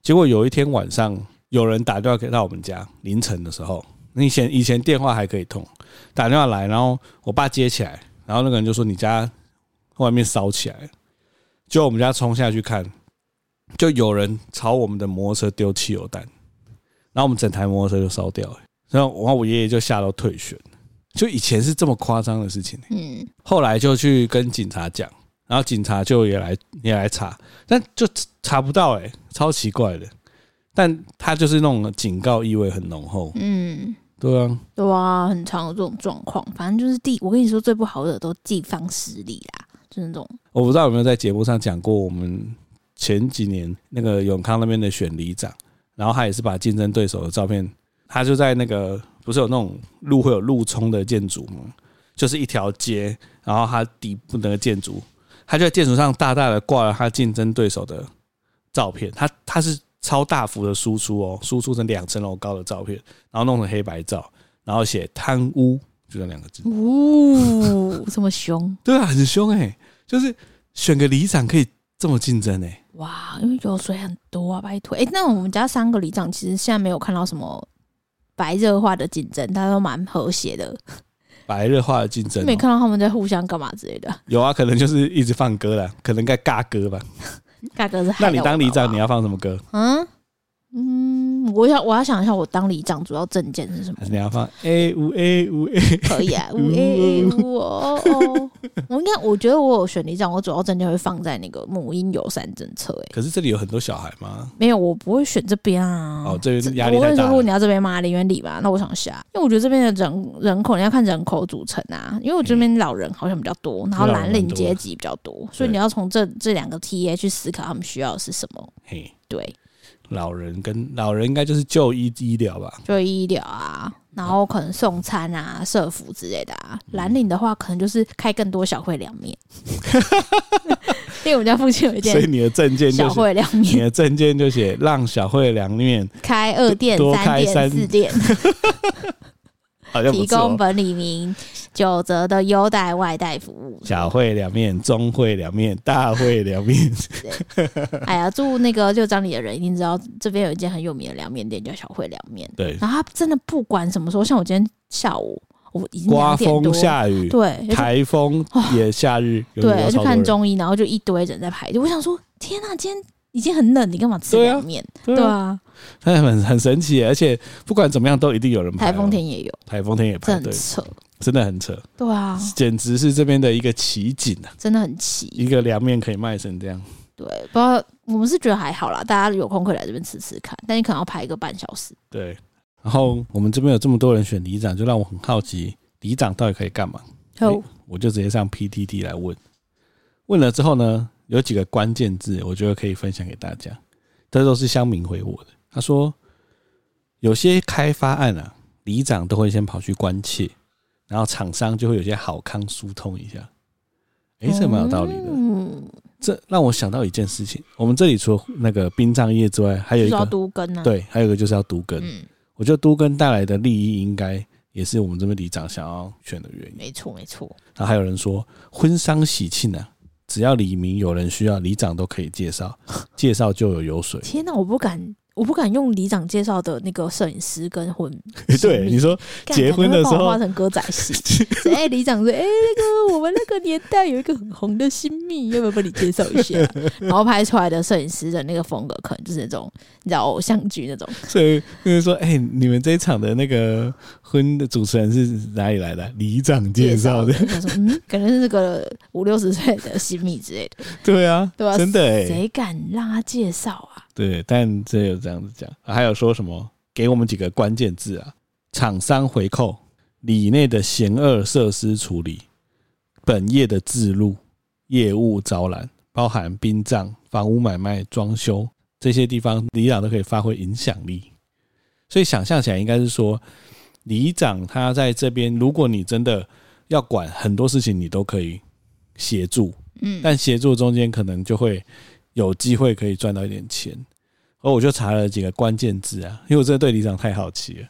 [SPEAKER 1] 结果有一天晚上，有人打电话给到我们家，凌晨的时候，以前以前电话还可以通，打电话来，然后我爸接起来，然后那个人就说你家外面烧起来了，就我们家冲下去看，就有人朝我们的摩托车丢汽油弹，然后我们整台摩托车就烧掉了。然后，然后我爷爷就吓到退选。就以前是这么夸张的事情，
[SPEAKER 2] 嗯，
[SPEAKER 1] 后来就去跟警察讲，然后警察就也来也来查，但就查不到哎、超奇怪的。但他就是那种警告意味很浓厚，
[SPEAKER 2] 嗯，
[SPEAKER 1] 对啊，
[SPEAKER 2] 对啊，很常有这种状况。反正就是地，我跟你说，最不好的都地方势力啦，就是那种
[SPEAKER 1] 我不知道有没有在节目上讲过，我们前几年那个永康那边的选里长，然后他也是把竞争对手的照片，他就在那个不是有那种路会有路冲的建筑吗？就是一条街，然后他底部那个建筑，他就在建筑上大大的挂了他竞争对手的照片，他他是超大幅的输出哦，输出成两层楼高的照片，然后弄成黑白照，然后写贪污，就这两个字。
[SPEAKER 2] 呜，这么凶
[SPEAKER 1] 对啊，很凶哎、就是选个里长可以这么竞争哎、
[SPEAKER 2] 哇！因为油水很多啊，拜托。哎、那我们家三个里长其实现在没有看到什么白热化的竞争，大家都蛮和谐的，
[SPEAKER 1] 白热化的竞争哦、
[SPEAKER 2] 没看到他们在互相干嘛之类 的。
[SPEAKER 1] 有啊，可能就是一直放歌啦，可能该尬歌吧。
[SPEAKER 2] 大哥是害
[SPEAKER 1] 那
[SPEAKER 2] 了
[SPEAKER 1] 你
[SPEAKER 2] 我
[SPEAKER 1] 当里
[SPEAKER 2] 好
[SPEAKER 1] 长
[SPEAKER 2] 不
[SPEAKER 1] 你
[SPEAKER 2] 好
[SPEAKER 1] 要放什么歌？
[SPEAKER 2] 嗯嗯，我要我要想一下，我当里长主要证件是 什么
[SPEAKER 1] 还？是你要放 A 五 A 五 A？
[SPEAKER 2] 可以啊，呜诶诶呜哦哦，我应该我觉得我有选里长，我主要证件会放在那个母婴友善政策、欸。
[SPEAKER 1] 可是这里有很多小孩嘛，
[SPEAKER 2] 没有，我不会选这边啊。
[SPEAKER 1] 哦这边压力
[SPEAKER 2] 我
[SPEAKER 1] 太大了
[SPEAKER 2] 跟你说，如果你要这边嘛，林园里吧，那我想下，因为我觉得这边的人人口，你要看人口组成啊，因为我
[SPEAKER 1] 嗯
[SPEAKER 2] 这边老人好像比较多，然后蓝领阶级比较多，所以你要从这这两个 TA 去思考他们需要的是什么。
[SPEAKER 1] 嘿，
[SPEAKER 2] 对，
[SPEAKER 1] 老人跟老人应该就是就医医疗吧，
[SPEAKER 2] 就医疗啊，然后可能送餐啊、社服之类的
[SPEAKER 1] 嗯
[SPEAKER 2] 啊。蓝领的话，可能就是开更多小烩凉面， 因为我们家附近有一
[SPEAKER 1] 所以
[SPEAKER 2] 间
[SPEAKER 1] 你的证件
[SPEAKER 2] 小
[SPEAKER 1] 就是
[SPEAKER 2] 烩凉
[SPEAKER 1] 你
[SPEAKER 2] 面，
[SPEAKER 1] 的证件就写让小慧凉面，
[SPEAKER 2] 开二店、
[SPEAKER 1] 多
[SPEAKER 2] 三
[SPEAKER 1] 开三
[SPEAKER 2] 店、四 店，
[SPEAKER 1] 好像不
[SPEAKER 2] 提
[SPEAKER 1] 错
[SPEAKER 2] 供
[SPEAKER 1] 哦。
[SPEAKER 2] 本里民九折的优待外带服务。
[SPEAKER 1] 小慧凉面、中慧凉面、大慧凉 面，
[SPEAKER 2] 哎呀，住那个六张里的人一定知道，这边有一间很有名的凉面店叫小烩凉面，
[SPEAKER 1] 对，
[SPEAKER 2] 然后他真的不管什么时候，像我今天下午，我已经
[SPEAKER 1] 刮
[SPEAKER 2] 两点
[SPEAKER 1] 风
[SPEAKER 2] 多，
[SPEAKER 1] 下雨，
[SPEAKER 2] 对，就
[SPEAKER 1] 台风也夏日，有
[SPEAKER 2] 对，去
[SPEAKER 1] 超多
[SPEAKER 2] 看
[SPEAKER 1] 人
[SPEAKER 2] 中医，然后就一堆人在排队。我想说，天呐，今天已经很冷，你干嘛吃
[SPEAKER 1] 对啊
[SPEAKER 2] 凉面？
[SPEAKER 1] 对
[SPEAKER 2] 对
[SPEAKER 1] 啊，
[SPEAKER 2] 啊，
[SPEAKER 1] 它很很神奇耶，而且不管怎么样都一定有人排
[SPEAKER 2] 台
[SPEAKER 1] 哦
[SPEAKER 2] 风，天也有，
[SPEAKER 1] 台风天也
[SPEAKER 2] 这
[SPEAKER 1] 排
[SPEAKER 2] 很
[SPEAKER 1] 队，
[SPEAKER 2] 扯。
[SPEAKER 1] 真的很扯，
[SPEAKER 2] 对啊，
[SPEAKER 1] 简直是这边的一个奇景啊！
[SPEAKER 2] 真的很
[SPEAKER 1] 一
[SPEAKER 2] 奇。
[SPEAKER 1] 个凉面可以卖成这样，
[SPEAKER 2] 对，不知道我们是觉得还好啦，大家有空可以来这边吃吃看，但你可能要排一个半小时。
[SPEAKER 1] 对。然后我们这边有这么多人选里长，就让我很好奇，里长到底可以干嘛？
[SPEAKER 2] 就
[SPEAKER 1] 我就直接上 PTT 来问。问了之后呢，有几个关键字，我觉得可以分享给大家。这都是乡民回我的，他说有些开发案啊，里长都会先跑去关切，然后厂商就会有些好康疏通一下。诶，这蛮有道理的。
[SPEAKER 2] 嗯，
[SPEAKER 1] 这让我想到一件事情，我们这里除了那个殡葬业之外，还有
[SPEAKER 2] 就
[SPEAKER 1] 一
[SPEAKER 2] 是要
[SPEAKER 1] 个
[SPEAKER 2] 都跟啊。，
[SPEAKER 1] 对，还有一个就是要独根。
[SPEAKER 2] 嗯，
[SPEAKER 1] 我觉得独根带来的利益，应该也是我们这边里长想要选的原因。
[SPEAKER 2] 没错没错。
[SPEAKER 1] 然后还有人说，婚丧喜庆啊， 只要李明有人需要，里长都可以介绍，介绍就有油水。
[SPEAKER 2] 天呐，我不敢，我不敢用里长介绍的那个摄影师跟婚，
[SPEAKER 1] 对，你说
[SPEAKER 2] 干
[SPEAKER 1] 结婚的时候
[SPEAKER 2] 感觉会把我画成歌仔 戏。是哎、里长说，哎、那个我们那个年代有一个很红的新密，要不要帮你介绍一 下？然后拍出来的摄影师的那个风格，可能就是那种你知道偶像剧那种。
[SPEAKER 1] 所以就是说，哎、你们这一场的那个婚的主持人是哪里来的？里长介绍的，
[SPEAKER 2] 他说：“嗯，感觉是个五六十岁的新密之类的，
[SPEAKER 1] 对啊，
[SPEAKER 2] 对啊
[SPEAKER 1] 真的哎、
[SPEAKER 2] 谁敢让他介绍啊？
[SPEAKER 1] 对，但这有这样子讲，还有说什么？给我们几个关键字啊：厂商回扣、里内的险恶设施处理、本业的自录、业务招揽，包含殡葬、房屋买卖、装修这些地方，里长都可以发挥影响力。所以想象起来，应该是说，里长他在这边，如果你真的要管很多事情，你都可以协助，
[SPEAKER 2] 嗯，
[SPEAKER 1] 但协助中间可能就会有机会可以赚到一点钱。而我就查了几个关键字啊，因为我真的对里长太好奇了。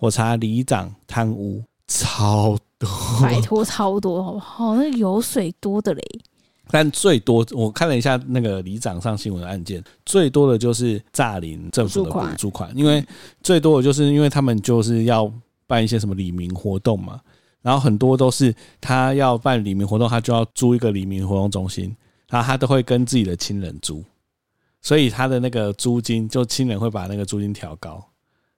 [SPEAKER 1] 我查里长贪污超多，
[SPEAKER 2] 拜托超多，好不好？那油水多的嘞，
[SPEAKER 1] 但最多我看了一下那个里长上新闻的案件，最多的就是诈领政府的补助款，因为最多的就是因为他们就是要办一些什么李明活动嘛，然后很多都是他要办李明活动，他就要租一个李明活动中心，然后他都会跟自己的亲人租，所以他的那个租金就亲人会把那个租金调高，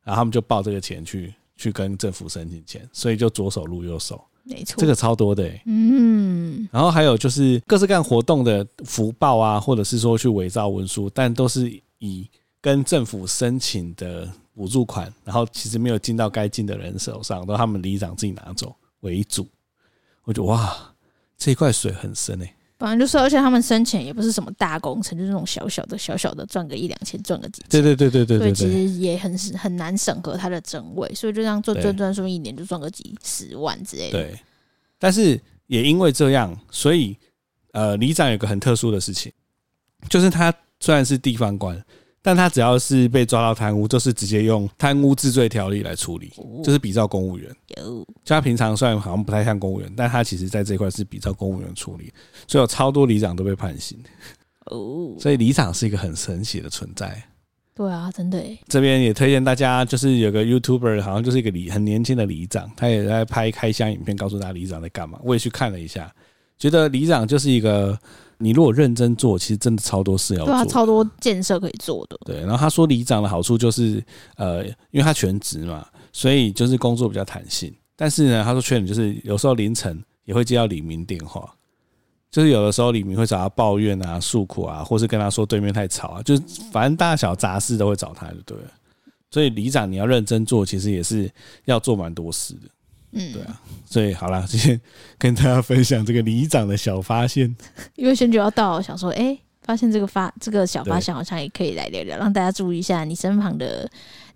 [SPEAKER 1] 然后他们就报这个钱去去跟政府申请钱，所以就左手入右手，
[SPEAKER 2] 没错，
[SPEAKER 1] 这个超多的、欸。
[SPEAKER 2] 嗯，
[SPEAKER 1] 然后还有就是各式各样活动的福报啊，或者是说去伪造文书，但都是以跟政府申请的补助款，然后其实没有进到该进的人手上，都他们里长自己拿走为主。我觉得哇，这一块水很深诶、欸
[SPEAKER 2] 反正就是，而且他们生前也不是什么大工程，就是那种小小的、小小的赚个一两千，赚个几
[SPEAKER 1] 对
[SPEAKER 2] 千。
[SPEAKER 1] 对对对对对
[SPEAKER 2] 所以
[SPEAKER 1] 对，
[SPEAKER 2] 其实也很很难审核它的真伪，所以就这样做
[SPEAKER 1] 对
[SPEAKER 2] 赚赚，说不定一年就赚个几十万之类的。
[SPEAKER 1] 对。但是也因为这样，所以呃，里长有个很特殊的事情，就是他虽然是地方官，但他只要是被抓到贪污，就是直接用贪污治罪条例来处理。
[SPEAKER 2] 哦，
[SPEAKER 1] 就是比照公务员。
[SPEAKER 2] 有
[SPEAKER 1] 就他平常虽然好像不太像公务员，但他其实在这一块是比照公务员处理，所以有超多里长都被判刑。
[SPEAKER 2] 哦，
[SPEAKER 1] 所以里长是一个很神奇的存在。
[SPEAKER 2] 对啊，真的耶，
[SPEAKER 1] 这边也推荐大家，就是有个 YouTuber，好像就是一个里很年轻的里长，他也在拍开箱影片，告诉大家里长在干嘛。我也去看了一下，觉得里长就是一个，你如果认真做，其实真的超多事要
[SPEAKER 2] 对啊，
[SPEAKER 1] 做。
[SPEAKER 2] 超多建设可以做的。
[SPEAKER 1] 对，然后他说里长的好处就是，呃，因为他全职嘛，所以就是工作比较弹性。但是呢，他说缺点就是有时候凌晨也会接到李明电话，就是有的时候李明会找他抱怨啊、诉苦啊，或是跟他说对面太吵啊，就是反正大小杂事都会找他，就对了。所以里长你要认真做，其实也是要做蛮多事的。
[SPEAKER 2] 嗯，
[SPEAKER 1] 对啊所以好啦，今天 跟大家分享这个里长的小发现。
[SPEAKER 2] 因为选举要到了，想说，哎、发现这个发这个小发现好像也可以来聊聊，让大家注意一下，你身旁的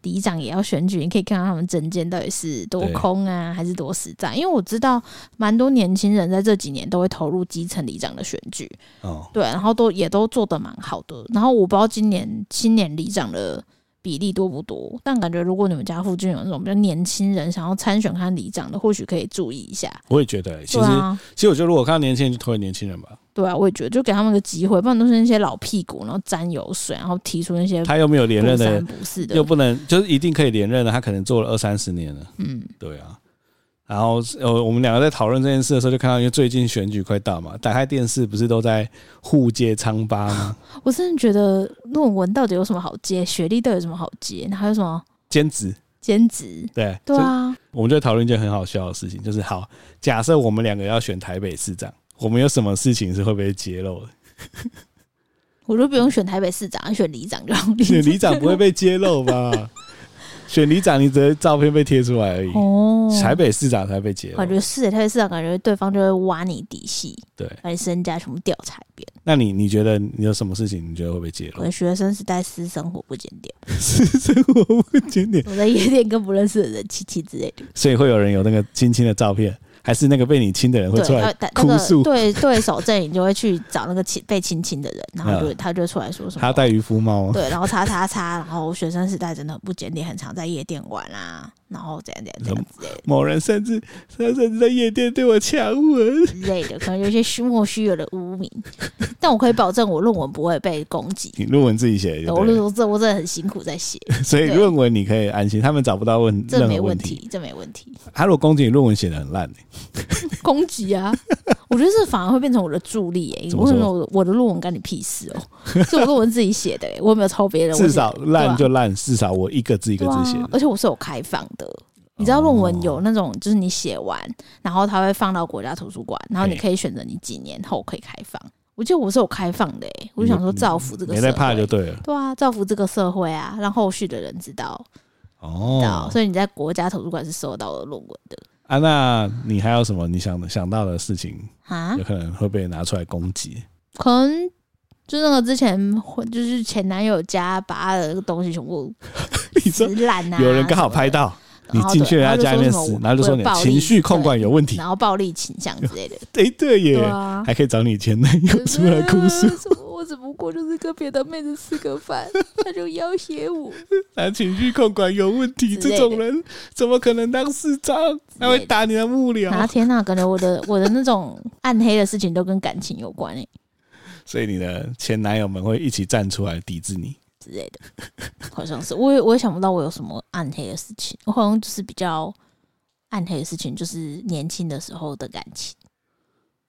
[SPEAKER 2] 里长也要选举，你可以看看他们证件到底是多
[SPEAKER 1] 对
[SPEAKER 2] 空啊，还是多实在。因为我知道蛮多年轻人在这几年都会投入基层里长的选举，
[SPEAKER 1] 哦，
[SPEAKER 2] 对，啊然后都也都做得蛮好的。然后我不知道今年青年里长的比例多不多，但感觉如果你们家附近有那种比较年轻人想要参选看里长的，或许可以注意一下。
[SPEAKER 1] 我也觉得、欸其
[SPEAKER 2] 对
[SPEAKER 1] 实、
[SPEAKER 2] 啊，
[SPEAKER 1] 其实我觉得如果看到年轻人，就投给年轻人吧。
[SPEAKER 2] 对啊，我也觉得，就给他们个机会，不然都是那些老屁股，然后沾油水，然后提出那些
[SPEAKER 1] 他又没有连
[SPEAKER 2] 不
[SPEAKER 1] 任的
[SPEAKER 2] 三不四的
[SPEAKER 1] 又，不能就是一定可以连任的，他可能做了二三十年了，
[SPEAKER 2] 嗯，
[SPEAKER 1] 对啊。然后呃，我们两个在讨论这件事的时候，就看到因为最近选举快到嘛，打开电视不是都在互揭疮疤 吗？
[SPEAKER 2] 我真的觉得论文到底有什么好接，学历到底有什么好接，然后还有什么
[SPEAKER 1] 兼职
[SPEAKER 2] 兼职，
[SPEAKER 1] 对，所
[SPEAKER 2] 对
[SPEAKER 1] 以
[SPEAKER 2] 啊，
[SPEAKER 1] 我们就讨论一件很好笑的事情，就是好，假设我们两个要选台北市长，我们有什么事情是会被揭露的？
[SPEAKER 2] 我就不用选台北市长，选里长就好，里
[SPEAKER 1] 选里长不会 被揭露吧？选里长，你只是照片被贴出来而已，
[SPEAKER 2] 哦，
[SPEAKER 1] 台北市长才被揭
[SPEAKER 2] 感
[SPEAKER 1] 露。
[SPEAKER 2] 觉是耶欸台北市长，感觉对方就会挖你底细，
[SPEAKER 1] 对，
[SPEAKER 2] 把你身家全部调查一遍。
[SPEAKER 1] 那你你觉得你有什么事情你觉得会被揭
[SPEAKER 2] 我
[SPEAKER 1] 露？
[SPEAKER 2] 的学生时代私生活不检点，
[SPEAKER 1] 私生活不检点，
[SPEAKER 2] 我在夜店跟不认识的人亲亲之类的。
[SPEAKER 1] 所以会有人有那个亲亲的照片，还是那个被你亲的人会
[SPEAKER 2] 对，呃
[SPEAKER 1] 出来
[SPEAKER 2] 他他
[SPEAKER 1] 哭诉
[SPEAKER 2] 那个、对对手阵营就会去找那个亲被亲亲的人，然后就、他就出来说什
[SPEAKER 1] 嗯他
[SPEAKER 2] 么。
[SPEAKER 1] 戴渔夫帽吗？
[SPEAKER 2] 对，然后叉叉叉，然后学生时代真的很不检点，很常在夜店玩啦、啊然后怎样怎样怎样之类的
[SPEAKER 1] 某人甚至他甚至在夜店对我呃强吻，
[SPEAKER 2] 之类的，可能有一些虚莫须有的污名。 但我可以保证，我论文不会被攻击。
[SPEAKER 1] 你论文自己写的就
[SPEAKER 2] 我
[SPEAKER 1] 对
[SPEAKER 2] 哦论
[SPEAKER 1] 了，
[SPEAKER 2] 文这我真的很辛苦 在写，
[SPEAKER 1] 所以
[SPEAKER 2] 对
[SPEAKER 1] 论文你可以安心，他们找不到问
[SPEAKER 2] 这
[SPEAKER 1] 任
[SPEAKER 2] 没
[SPEAKER 1] 何问
[SPEAKER 2] 问
[SPEAKER 1] 题。
[SPEAKER 2] 题，这没问 题。
[SPEAKER 1] 他如果攻击你论文写的很烂、欸
[SPEAKER 2] 攻击啊！我觉得这反而会变成我的助力耶、
[SPEAKER 1] 怎么
[SPEAKER 2] 为
[SPEAKER 1] 说
[SPEAKER 2] 什么我的我的论文干你屁事哦、 是我论文自己写的、耶，我没有抄别人。我
[SPEAKER 1] 至
[SPEAKER 2] 是
[SPEAKER 1] 少
[SPEAKER 2] 对
[SPEAKER 1] 烂
[SPEAKER 2] 啊
[SPEAKER 1] 就烂，至少我一个字一个
[SPEAKER 2] 对
[SPEAKER 1] 字写
[SPEAKER 2] 啊，
[SPEAKER 1] 的。
[SPEAKER 2] 而且我是有开放的。你知道论文有那种，就是你写完，然后它会放到国家图书馆，然后你
[SPEAKER 1] 嘿
[SPEAKER 2] 可以选择你几年后可以开放。我记得我是有开放的、欸，我就想说造福这个
[SPEAKER 1] 嗯没
[SPEAKER 2] 社
[SPEAKER 1] 在怕就
[SPEAKER 2] 会，
[SPEAKER 1] 对了。
[SPEAKER 2] 对啊，造福这个社会啊，让后续的人知道，知道。
[SPEAKER 1] 哦，
[SPEAKER 2] 所以你在国家图书馆是收到了论文的
[SPEAKER 1] 啊，那你还有什么你想想到的事情，
[SPEAKER 2] 啊
[SPEAKER 1] 有，可能会被拿出来攻击？
[SPEAKER 2] 可能就那个之前就是前男友家把他的东西全部
[SPEAKER 1] 你
[SPEAKER 2] 撕
[SPEAKER 1] 说
[SPEAKER 2] 烂啊，
[SPEAKER 1] 有人刚好拍，到你
[SPEAKER 2] 然后
[SPEAKER 1] 进去
[SPEAKER 2] 对
[SPEAKER 1] 人家家里面
[SPEAKER 2] 然
[SPEAKER 1] 死然后
[SPEAKER 2] 后就说什，么
[SPEAKER 1] 就说
[SPEAKER 2] 我
[SPEAKER 1] 你
[SPEAKER 2] 有暴力
[SPEAKER 1] 情绪控管有问题。
[SPEAKER 2] 然后暴力倾向之类的，
[SPEAKER 1] 哎，对
[SPEAKER 2] 对
[SPEAKER 1] 耶，
[SPEAKER 2] 啊，
[SPEAKER 1] 还可以找你前男友出来哭诉，
[SPEAKER 2] 我只不过就是跟别的妹子吃 个饭，他就要挟我。
[SPEAKER 1] 他情绪控管有问题，
[SPEAKER 2] 啊之类
[SPEAKER 1] 这
[SPEAKER 2] 的
[SPEAKER 1] 种人怎么可能当市长？他会打你的幕
[SPEAKER 2] 啊
[SPEAKER 1] 僚。
[SPEAKER 2] 天哪、感觉我的我的那 种暗黑的事情都跟感情有关诶、欸
[SPEAKER 1] 所以你的前男友们会一起站出来抵制你。
[SPEAKER 2] 之类的，好像是我也我也想不到我有什么暗黑的事情，我好像就是比较暗黑的事情，就是年轻的时候的感情，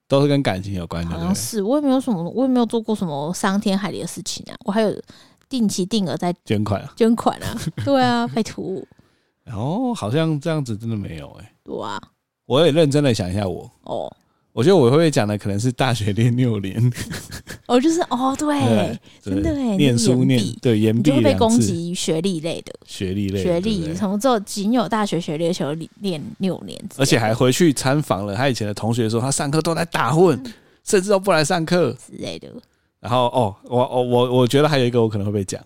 [SPEAKER 1] 都是跟感情有关的，
[SPEAKER 2] 好
[SPEAKER 1] 嗯对不
[SPEAKER 2] 像
[SPEAKER 1] 对
[SPEAKER 2] 是我也没有什么，我也没有做过什么伤天害理的事情啊，我还有定期定额在
[SPEAKER 1] 捐款啊。
[SPEAKER 2] 捐 款啊，对啊，拜托我，
[SPEAKER 1] 哦，好像这样子真的没有哎、
[SPEAKER 2] 对啊，
[SPEAKER 1] 我也认真的想一下我，
[SPEAKER 2] 哦。
[SPEAKER 1] 我觉得我会不会讲的可能是大学念六年，
[SPEAKER 2] 哦，就是哦，对
[SPEAKER 1] 对，
[SPEAKER 2] 真的
[SPEAKER 1] 对
[SPEAKER 2] 哎，
[SPEAKER 1] 念
[SPEAKER 2] 你
[SPEAKER 1] 书
[SPEAKER 2] 眼
[SPEAKER 1] 念
[SPEAKER 2] 闭
[SPEAKER 1] 对延
[SPEAKER 2] 你
[SPEAKER 1] 毕
[SPEAKER 2] 就会被
[SPEAKER 1] 两
[SPEAKER 2] 攻
[SPEAKER 1] 次，
[SPEAKER 2] 击学历类的，
[SPEAKER 1] 学历类的
[SPEAKER 2] 学
[SPEAKER 1] 对
[SPEAKER 2] 历
[SPEAKER 1] 不对
[SPEAKER 2] 什么只有仅有大学学历的球练六年之类的，
[SPEAKER 1] 而且还回去参访了他以前的同学说他上课都在打混，
[SPEAKER 2] 嗯
[SPEAKER 1] 甚至都不来上课。
[SPEAKER 2] 之类的，
[SPEAKER 1] 然后哦，我我我我觉得还有一个我可能会被讲，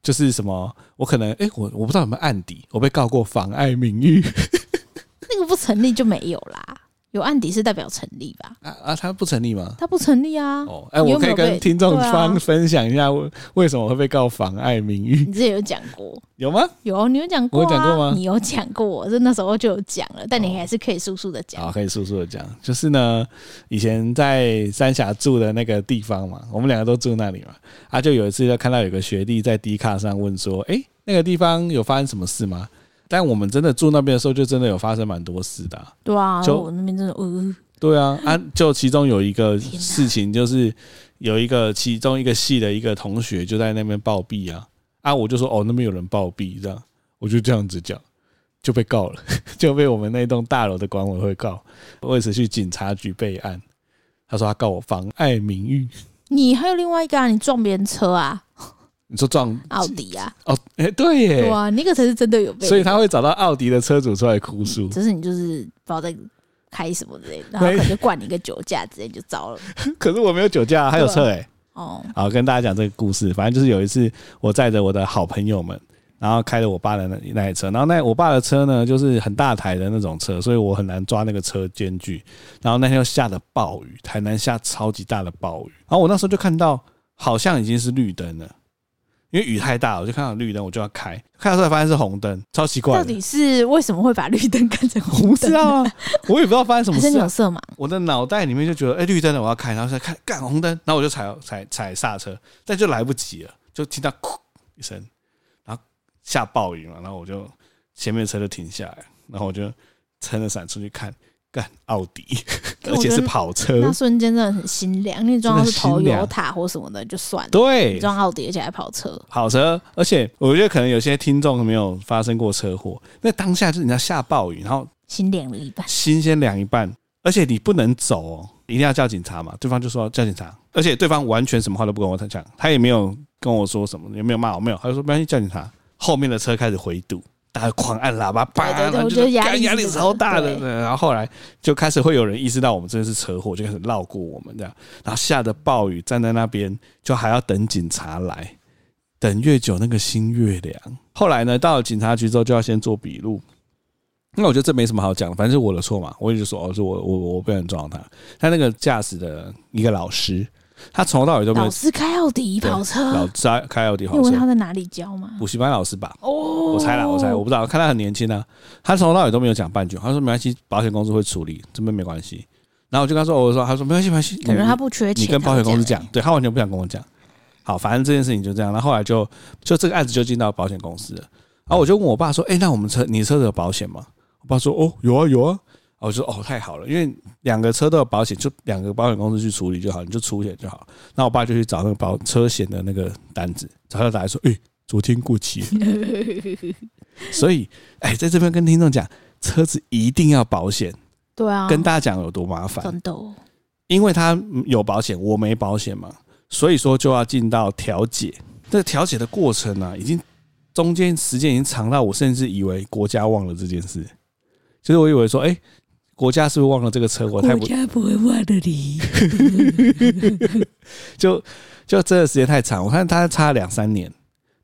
[SPEAKER 1] 就是什么我可能哎、诶我我不知道有没有案底，我被告过妨碍名誉
[SPEAKER 2] 那个不成立就没有啦。有案底是代表成立吧？
[SPEAKER 1] 啊啊，他不成立吗？
[SPEAKER 2] 它不成立啊。
[SPEAKER 1] 哦，哎、
[SPEAKER 2] 你有
[SPEAKER 1] 我可
[SPEAKER 2] 没
[SPEAKER 1] 以
[SPEAKER 2] 有
[SPEAKER 1] 跟
[SPEAKER 2] 被
[SPEAKER 1] 听众
[SPEAKER 2] 对啊
[SPEAKER 1] 方分享一下为为什么会被告妨碍名誉，
[SPEAKER 2] 你之前有讲过，
[SPEAKER 1] 有吗？
[SPEAKER 2] 有你有讲
[SPEAKER 1] 我
[SPEAKER 2] 过、啊，
[SPEAKER 1] 有讲过吗
[SPEAKER 2] 你有讲过，我是那时候就有讲了，但你
[SPEAKER 1] 哦
[SPEAKER 2] 还是可以速速的讲。
[SPEAKER 1] 好，可以速速的讲，就是呢，以前在三峡住的那个地方嘛，我们两个都住那里嘛，啊，就有一次就看到有个学弟在 D 卡上问说，诶，那个地方有发生什么事吗？但我们真的住那边的时候，就真的有发生蛮多事的啊、
[SPEAKER 2] 对啊，
[SPEAKER 1] 就
[SPEAKER 2] 我那边真的，呃，
[SPEAKER 1] 对啊， 啊，就其中有一个
[SPEAKER 2] 天哪
[SPEAKER 1] 事情，就是有一个其中一个系的一个同学就在那边暴毙啊，啊，我就说哦，那边有人暴毙，这样我就这样子讲，就被告了， 就被我们那栋大楼的管委会告，为此去警察局备案。他说他告我妨碍名誉，
[SPEAKER 2] 你还有另外一个啊，你撞别人车啊，
[SPEAKER 1] 你说撞
[SPEAKER 2] 奥迪啊，
[SPEAKER 1] 哦，哎、对耶，
[SPEAKER 2] 对啊，那个才是真的有被。
[SPEAKER 1] 所以他会找到奥迪的车主出来哭诉，
[SPEAKER 2] 只是你就是不知道在开什么之类的，然后
[SPEAKER 1] 没
[SPEAKER 2] 可能就灌你一个酒驾之类就糟了。
[SPEAKER 1] 可是我没有酒驾啊，还有车哎、
[SPEAKER 2] 哦，
[SPEAKER 1] 好，跟大家讲这个故事。反正就是有一次，我载着我的好朋友们，然后开着我爸的那那台车，然后那我爸的车呢，就是很大台的那种车，所以我很难抓那个车间距。然后那天又下的暴雨，台南下超级大的暴雨。然后我那时候就看到，好像已经是绿灯了，因为雨太大了，我就看到绿灯，我就要开，开到出来发现是红灯，超奇怪
[SPEAKER 2] 到
[SPEAKER 1] 的。
[SPEAKER 2] 底是为什么会把绿灯 看成
[SPEAKER 1] 我不
[SPEAKER 2] 红
[SPEAKER 1] 知
[SPEAKER 2] 灯？
[SPEAKER 1] 道啊，我也不知道发生什么
[SPEAKER 2] 还是
[SPEAKER 1] 事、
[SPEAKER 2] 你
[SPEAKER 1] 啊
[SPEAKER 2] 有。色盲？
[SPEAKER 1] 我的脑袋里面就觉得，哎、绿灯了，我要开，然后再看，干红灯，然后我就踩踩踩刹车，但就来不及了，就听到“哭”一声，然后下暴雨嘛，然后我就前面的车就停下来，然后我就撑着伞出去看，干奥迪，
[SPEAKER 2] 可
[SPEAKER 1] 而
[SPEAKER 2] 我觉
[SPEAKER 1] 且
[SPEAKER 2] 得
[SPEAKER 1] 是跑车
[SPEAKER 2] 那，瞬间真的很心凉。你撞到是
[SPEAKER 1] 呃
[SPEAKER 2] 头
[SPEAKER 1] 真的心凉
[SPEAKER 2] 油塔或什么的就算了，你
[SPEAKER 1] 对，
[SPEAKER 2] 撞奥迪而且还跑车，
[SPEAKER 1] 跑车，而且我觉得可能有些听众没有发生过车祸，那当下就是你要下暴雨，然后
[SPEAKER 2] 心凉了一半。
[SPEAKER 1] 新鲜凉一半，而且你不能走哦，一定要叫警察嘛。对方就说叫警察，而且对方完全什么话都不跟我讲，他也没有跟我说什么，也没有骂我，没有，他就说没关系，叫警察。后面的车开始回堵，大家狂按喇叭，叭，
[SPEAKER 2] 对对对
[SPEAKER 1] 然后
[SPEAKER 2] 我觉得
[SPEAKER 1] 是
[SPEAKER 2] 压力
[SPEAKER 1] 干压
[SPEAKER 2] 是
[SPEAKER 1] 力
[SPEAKER 2] 这个
[SPEAKER 1] 超大的。
[SPEAKER 2] 对
[SPEAKER 1] 然后后来就开始会有人意识到我们真的是车祸，就开始绕过我们这样，然后下着暴雨站在那边，就还要等警察来。等越久，那个心越凉。后来呢，到了警察局之后，就要先做笔录，那我觉得这没什么好讲，反正是我的错嘛，我也就说哦，是我我我被人撞他。他那个驾驶的一个老师，他从头到尾都没
[SPEAKER 2] 老
[SPEAKER 1] 有
[SPEAKER 2] 师开奥迪
[SPEAKER 1] 对
[SPEAKER 2] 跑车，
[SPEAKER 1] 老开开奥迪
[SPEAKER 2] 你
[SPEAKER 1] 好
[SPEAKER 2] 有问
[SPEAKER 1] 车
[SPEAKER 2] 他在哪里教吗？
[SPEAKER 1] 补习班老师吧，
[SPEAKER 2] 哦，
[SPEAKER 1] 我猜啦，我猜，我不知道，看他很年轻啊，他从头到尾都没有讲半句，他说没关系，保险公司会处理，这边没关系。然后我就跟他说，哦我说，他说没关系，没关系，
[SPEAKER 2] 感觉
[SPEAKER 1] 你
[SPEAKER 2] 他不缺钱。
[SPEAKER 1] 你跟保险公司讲
[SPEAKER 2] 他不，
[SPEAKER 1] 对他完全不想跟我讲。好，反正这件事情就这样。然后后来就就这个案子就进到保险公司了。然后我就问我爸说：“哎、那我们车你车子有保险吗？”我爸说：“哦，有啊，有啊。”然后我就说：“哦，太好了，因为两个车都有保险，就两个保险公司去处理就好，你就出险就好。”那我爸就去找那个保车险的那个单子，找他打来说：“哎、昨天过期了。”
[SPEAKER 2] 讲。
[SPEAKER 1] 所以，哎、在这边跟听众讲，车子一定要保险，
[SPEAKER 2] 对啊，
[SPEAKER 1] 跟大家讲有多麻烦。
[SPEAKER 2] 真的哦
[SPEAKER 1] 因为他有保险，我没保险嘛，所以说就要进到调解。这调解的过程呢、啊，已经中间时间已经长到我甚至以为国家忘了这件事，就是我以为说，哎、国家是不是忘了这个车祸？他不
[SPEAKER 2] 家不会忘了 你。
[SPEAKER 1] 就就这个时间太长，我看他差两三年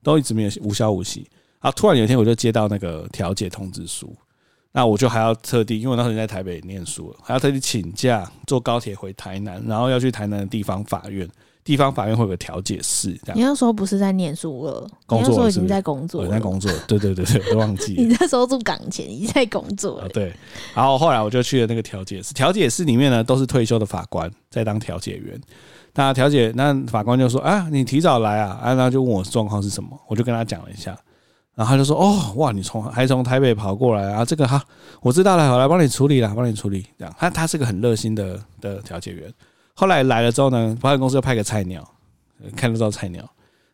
[SPEAKER 1] 都一直没有无消无息。啊，突然有一天我就接到那个调解通知书，那我就还要特地，因为我那时候在台北念书了，还要特地请假坐高铁回台南，然后要去台南的地方法院，地方法院会有个调解室，这
[SPEAKER 2] 你
[SPEAKER 1] 样。
[SPEAKER 2] 那时候不是在念书了，
[SPEAKER 1] 啊工
[SPEAKER 2] 你那时
[SPEAKER 1] 作
[SPEAKER 2] 候
[SPEAKER 1] 了
[SPEAKER 2] 已
[SPEAKER 1] 是不是
[SPEAKER 2] 经在工作
[SPEAKER 1] 我
[SPEAKER 2] 了，
[SPEAKER 1] 在工作，对对对对，我忘记了
[SPEAKER 2] 你。那时候住港前，你在工作
[SPEAKER 1] 啊
[SPEAKER 2] 了，，
[SPEAKER 1] 对，然后后来我就去了那个调解室，调解室里面呢都是退休的法官在当调解员。那调解那法官就说啊，你提早来啊，啊，那就问我状况是什么，我就跟他讲了一下，然后他就说哦，哇，你从还从台北跑过来啊，这个哈，我知道了，我来帮你处理啦，帮你处理。这样，他他是个很热心的的调解员。后来来了之后呢，保险公司又派个菜鸟，呃看得到菜鸟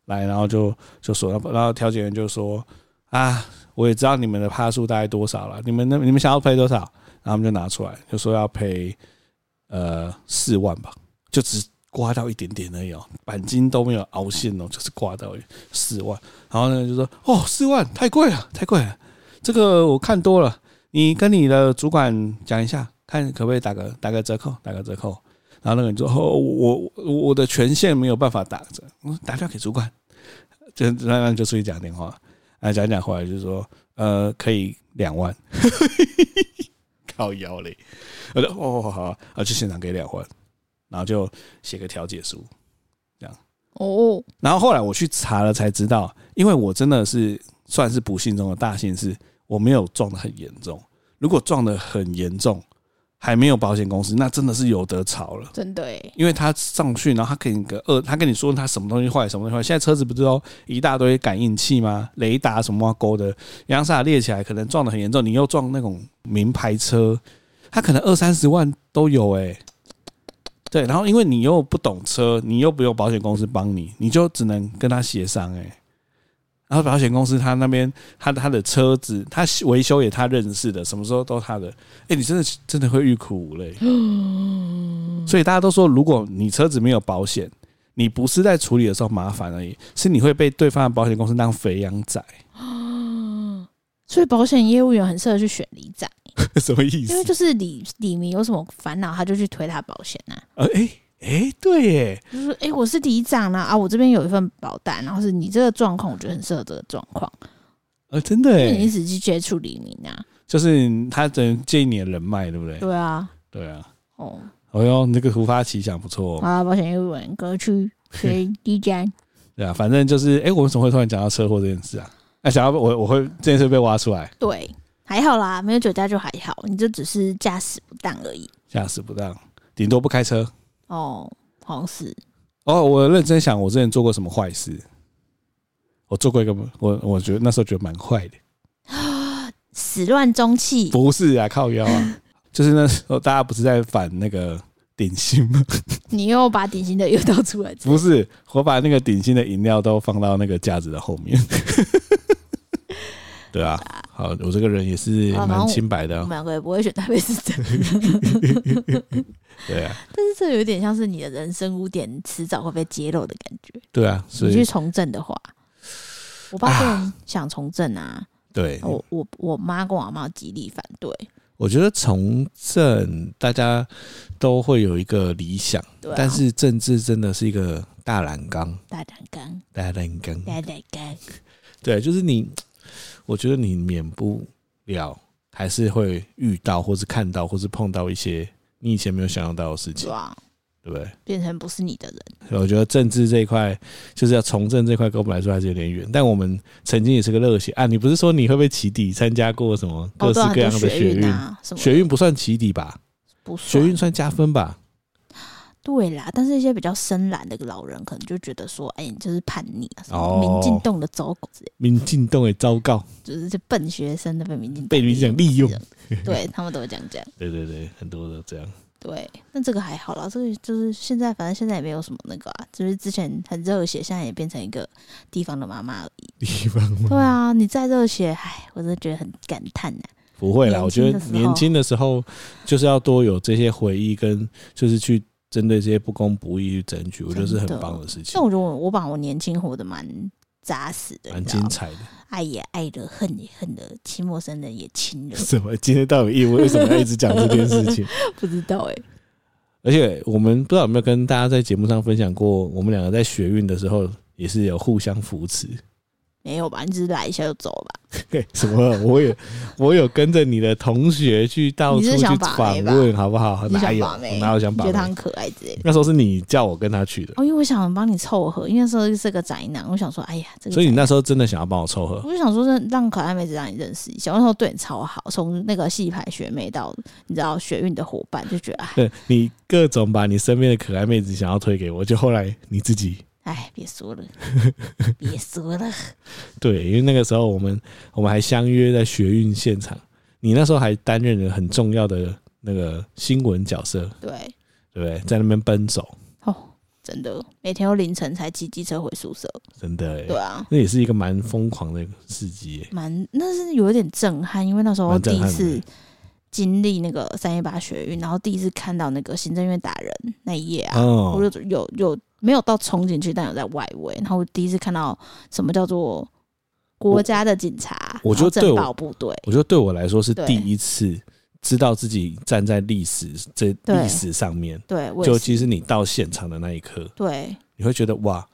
[SPEAKER 1] 来，然后就就说，然后调解员就说啊，我也知道你们的趴数大概多少了，你们那你们想要赔多少？然后他们就拿出来，就说要赔呃四万吧，就只刮到一点点而已哦，钣金都没有凹陷哦，就是刮到四万。然后呢就说哦四万太贵了，太贵了，这个我看多了，你跟你的主管讲一下，看可不可以打个打个折扣，打个折扣。然后那个人就说：“哦，我我我我的权限没有办法打折，我说打电话给主管。”就那那就出去讲电话，啊，讲一讲回来就说，呃，可以两万， 靠腰嘞，我就哦好啊，啊去现场给两万，然后就写个调解书，
[SPEAKER 2] 哦，
[SPEAKER 1] 然后后来我去查了才知道，因为我真的是算是不幸中的大幸，是我没有撞得很严重，如果撞得很严重，还没有保险公司，那真的是有得吵了。
[SPEAKER 2] 真的欸耶，
[SPEAKER 1] 因为他上去，然后他给你个二，他跟你说他什么东西坏，什么东西坏。现在车子不是都一大堆感应器吗？雷达什么勾的，扬沙列起来，可能撞得很严重。你又撞那种名牌车，他可能二三十万都有哎、对，然后因为你又不懂车，你又不用保险公司帮你，你就只能跟他协商哎、然后保险公司他那边他他的车子他维修也他认识的，什么时候都他的。哎、你真的真的会欲哭无泪。所以大家都说，如果你车子没有保险，你不是在处理的时候麻烦而已，是你会被对方的保险公司当肥羊仔，
[SPEAKER 2] 所以保险业务员很适合去选里长，
[SPEAKER 1] 什么意
[SPEAKER 2] 因为
[SPEAKER 1] 思？
[SPEAKER 2] 就是里里民有什么烦恼，他就去推他保险啊，
[SPEAKER 1] 呃，哎、哎、对耶，
[SPEAKER 2] 就是说，哎、我是里长啦、啊，我这边有一份保单，然后是你这个状况，我觉得很适合这个状况，
[SPEAKER 1] 呃，真的
[SPEAKER 2] 因为你一
[SPEAKER 1] 耶，
[SPEAKER 2] 直去接触里民啊，
[SPEAKER 1] 就是他只能借你的人脉，对不对？
[SPEAKER 2] 对啊，
[SPEAKER 1] 对啊，
[SPEAKER 2] 哦，
[SPEAKER 1] 哎呦，你这个突发奇想不错、哦，
[SPEAKER 2] 啊，保险业务员各区 选里长。
[SPEAKER 1] 对啊，反正就是，哎、我们怎么会突然讲到车祸这件事啊？那、想要我我会这件事被挖出来，
[SPEAKER 2] 对，还好啦，没有酒驾就还好，你就只是驾驶不当而已。
[SPEAKER 1] 驾驶不当，顶多不开车。
[SPEAKER 2] 哦，好像是
[SPEAKER 1] 哦，我认真想，我之前做过什么坏事？我做过一个，我我觉得那时候觉得蛮坏的。
[SPEAKER 2] 始乱终 弃。
[SPEAKER 1] 不是啊，靠腰啊， 就是那时候大家不是在反那个鼎新吗？
[SPEAKER 2] 你又把典型的诱导出来，
[SPEAKER 1] 不是，我把那个鼎新的饮料都放到那个架子的后面。 对啊，好，我这个人也是
[SPEAKER 2] 啊然后
[SPEAKER 1] 蛮清白的
[SPEAKER 2] 我
[SPEAKER 1] 啊、
[SPEAKER 2] 们两个也不会选台北市长，
[SPEAKER 1] 对啊，
[SPEAKER 2] 但是这有点像是你的人生污点迟早会被揭露的感觉。
[SPEAKER 1] 对啊，所
[SPEAKER 2] 你去
[SPEAKER 1] 以
[SPEAKER 2] 从政的话，我爸个人想从政啊，
[SPEAKER 1] 对，
[SPEAKER 2] 我我我妈跟我阿妈极力反对，
[SPEAKER 1] 我觉得从政大家都会有一个理想，
[SPEAKER 2] 对、啊，
[SPEAKER 1] 但是政治真的是一个大染缸，
[SPEAKER 2] 大胆干，
[SPEAKER 1] 大染缸，
[SPEAKER 2] 大胆干，
[SPEAKER 1] 对，就是你，我觉得你免不了还是会遇到，或是看到，或是碰到一些你以前没有想象到的事
[SPEAKER 2] 对
[SPEAKER 1] 情。
[SPEAKER 2] 啊，
[SPEAKER 1] 对不对？
[SPEAKER 2] 变成不是你的人。
[SPEAKER 1] 所以我觉得政治这一块，就是要从政这一块，跟我们来说还是有点远。但我们曾经也是个热血啊！你不是说你会不会起底参加过什么各
[SPEAKER 2] 哦，
[SPEAKER 1] 式
[SPEAKER 2] 对啊，很
[SPEAKER 1] 各
[SPEAKER 2] 多
[SPEAKER 1] 样的
[SPEAKER 2] 学
[SPEAKER 1] 学运？
[SPEAKER 2] 啊，什么
[SPEAKER 1] 学运不算起底吧？
[SPEAKER 2] 不
[SPEAKER 1] 学
[SPEAKER 2] 算
[SPEAKER 1] 运算加分吧？
[SPEAKER 2] 对啦，但是一些比较深蓝的老人可能就觉得说，哎、你就是叛逆啊，什
[SPEAKER 1] 哦
[SPEAKER 2] 么民进动的走狗之类，
[SPEAKER 1] 民进动的糟糕，
[SPEAKER 2] 就是这笨学生都被民进党
[SPEAKER 1] 被民进党利用。
[SPEAKER 2] 对啊他们都会这样讲。
[SPEAKER 1] 对对对，很多的这样。
[SPEAKER 2] 对，那这个还好啦，这个就是现在，反正现在也没有什么那个啊，就是之前很热血，现在也变成一个地方的妈妈而已。
[SPEAKER 1] 地方吗
[SPEAKER 2] 对啊，你再热血，哎，我真的觉得很感叹啊呐、
[SPEAKER 1] 不会啦，
[SPEAKER 2] 年
[SPEAKER 1] 我觉得
[SPEAKER 2] 轻的时候
[SPEAKER 1] 年轻的时候就是要多有这些回忆，跟就是去针对这些不公不义去争取，我觉得是很
[SPEAKER 2] 真的
[SPEAKER 1] 棒的事情
[SPEAKER 2] 但，我觉得我我把我年轻活得蛮扎实的，
[SPEAKER 1] 蛮
[SPEAKER 2] 你知道
[SPEAKER 1] 精
[SPEAKER 2] 吗
[SPEAKER 1] 彩的。，
[SPEAKER 2] 爱也爱了，恨也恨了，亲陌生人也亲了
[SPEAKER 1] 什么？今天到底意为什么要一直讲这件事情？
[SPEAKER 2] 不知道
[SPEAKER 1] 欸
[SPEAKER 2] 哎、
[SPEAKER 1] 而且我们不知道有没有跟大家在节目上分享过，我们两个在学运的时候也是有互相扶持。
[SPEAKER 2] 没有吧？你只是来一下就走吧？
[SPEAKER 1] 嘿什么？我有我有跟着你的同学去到处
[SPEAKER 2] 你是
[SPEAKER 1] 去
[SPEAKER 2] 想把
[SPEAKER 1] 访
[SPEAKER 2] 妹吧
[SPEAKER 1] 问，好不好？
[SPEAKER 2] 你
[SPEAKER 1] 哪
[SPEAKER 2] 想
[SPEAKER 1] 有？
[SPEAKER 2] 把妹
[SPEAKER 1] 我哪有想
[SPEAKER 2] 你
[SPEAKER 1] 把
[SPEAKER 2] 觉得他
[SPEAKER 1] 妹
[SPEAKER 2] 很？可爱之类的。
[SPEAKER 1] 那时候是你叫我跟他去的，
[SPEAKER 2] 哦，因为我想帮你凑合，因为那时候是个宅男，我想说，哎呀，这个
[SPEAKER 1] 所以你
[SPEAKER 2] 宅
[SPEAKER 1] 那时候真的想要帮我凑合
[SPEAKER 2] 我就想说，让让可爱妹子让你认识一下。我那时候对你超好，从那个戏牌学妹到你知道学运的伙伴，就觉得哎
[SPEAKER 1] 对你各种把你身边的可爱妹子想要推给我，就后来你自己
[SPEAKER 2] 哎，别说了，别说了，
[SPEAKER 1] 对，因为那个时候我们我们还相约在学运现场，你那时候还担任了很重要的那个新闻角色，
[SPEAKER 2] 对，
[SPEAKER 1] 对不对？在那边奔走，
[SPEAKER 2] 哦，真的，每天都凌晨才骑机车回宿舍，
[SPEAKER 1] 真的、欸，
[SPEAKER 2] 对啊，
[SPEAKER 1] 那也是一个蛮疯狂的事迹、欸，
[SPEAKER 2] 蛮那是有一点震撼，因为那时候
[SPEAKER 1] 蛮震
[SPEAKER 2] 第一
[SPEAKER 1] 撼的
[SPEAKER 2] 次经历那个三一八学运，然后第一次看到那个行政院打人那一页啊，
[SPEAKER 1] 哦
[SPEAKER 2] 我就有有没有到冲进去，但有在外围。然后我第一次看到什么叫做国家的警察，
[SPEAKER 1] 我我觉得
[SPEAKER 2] 然后
[SPEAKER 1] 对
[SPEAKER 2] 政
[SPEAKER 1] 我
[SPEAKER 2] 保部队，
[SPEAKER 1] 我觉得对我来说是
[SPEAKER 2] 对
[SPEAKER 1] 第一次知道自己站在历史这
[SPEAKER 2] 对
[SPEAKER 1] 历史上面，
[SPEAKER 2] 对，我也
[SPEAKER 1] 就是其实你到现场的那一刻，
[SPEAKER 2] 对
[SPEAKER 1] 你会觉得哇，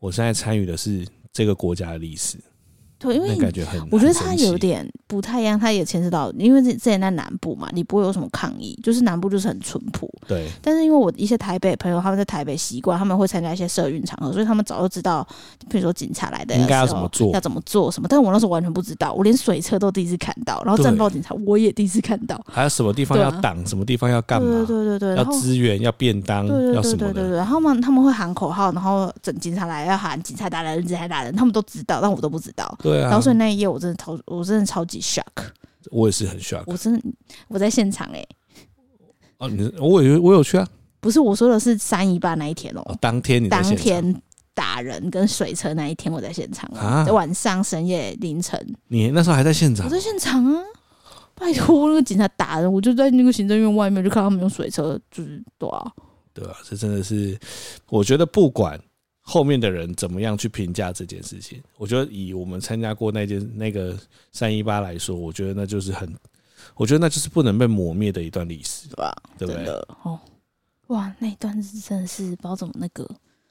[SPEAKER 1] 我现在参与的是这个国家的历史，
[SPEAKER 2] 对，因为
[SPEAKER 1] 那
[SPEAKER 2] 你
[SPEAKER 1] 感觉很，
[SPEAKER 2] 我觉得
[SPEAKER 1] 很
[SPEAKER 2] 他
[SPEAKER 1] 神奇
[SPEAKER 2] 有点不太一样，他也牵涉到，因为之之前在南部嘛，你不会有什么抗议，就是南部就是很淳朴。
[SPEAKER 1] 对，
[SPEAKER 2] 但是因为我一些台北朋友他们在台北习惯，他们会参加一些社运场合，所以他们早就知道，比如说警察来的
[SPEAKER 1] 应该要
[SPEAKER 2] 时
[SPEAKER 1] 怎
[SPEAKER 2] 候
[SPEAKER 1] 么做
[SPEAKER 2] 要怎么做什么。但我那时候完全不知道，我连水车都第一次看到，然后
[SPEAKER 1] 对
[SPEAKER 2] 战报警察我也第一次看到。
[SPEAKER 1] 还有什么地方
[SPEAKER 2] 对
[SPEAKER 1] 要
[SPEAKER 2] 啊
[SPEAKER 1] 挡，什么地方要干嘛，
[SPEAKER 2] 对对对对对，
[SPEAKER 1] 要
[SPEAKER 2] 然后
[SPEAKER 1] 资源，要便当，
[SPEAKER 2] 对对
[SPEAKER 1] 要
[SPEAKER 2] 对
[SPEAKER 1] 什
[SPEAKER 2] 对
[SPEAKER 1] 么
[SPEAKER 2] 对
[SPEAKER 1] 的，
[SPEAKER 2] 对，他们他们会喊口号，然后整警察来要喊警察打人，警察打人，他们都知道，但我都不知道。
[SPEAKER 1] 对
[SPEAKER 2] 然后
[SPEAKER 1] 啊，
[SPEAKER 2] 所以那一夜我真的超，我真的超级 shock，
[SPEAKER 1] 我也是很 shock
[SPEAKER 2] 我真的我在现场哎、
[SPEAKER 1] 哦，你我有我有去啊，
[SPEAKER 2] 不是我说的是三一八那一天哦、
[SPEAKER 1] 哦当天你在
[SPEAKER 2] 当
[SPEAKER 1] 现场
[SPEAKER 2] 天打人跟水车那一天我在现场、
[SPEAKER 1] 啊嗯
[SPEAKER 2] 啊，晚上深夜凌晨
[SPEAKER 1] 你那时候还在现场
[SPEAKER 2] 我，在现场啊，拜托那个警察打人，我就在那个行政院外面就看他们用水车，就是对啊，
[SPEAKER 1] 对啊，这真的是，我觉得不管后面的人怎么样去评价这件事情，我觉得以我们参加过那件那个三一八来说，我觉得那就是很，我觉得那就是不能被磨灭的一段历史，
[SPEAKER 2] 对吧、
[SPEAKER 1] 对不
[SPEAKER 2] 真
[SPEAKER 1] 对？
[SPEAKER 2] 的哦。哇，那一段日子真的是不知道怎么那个，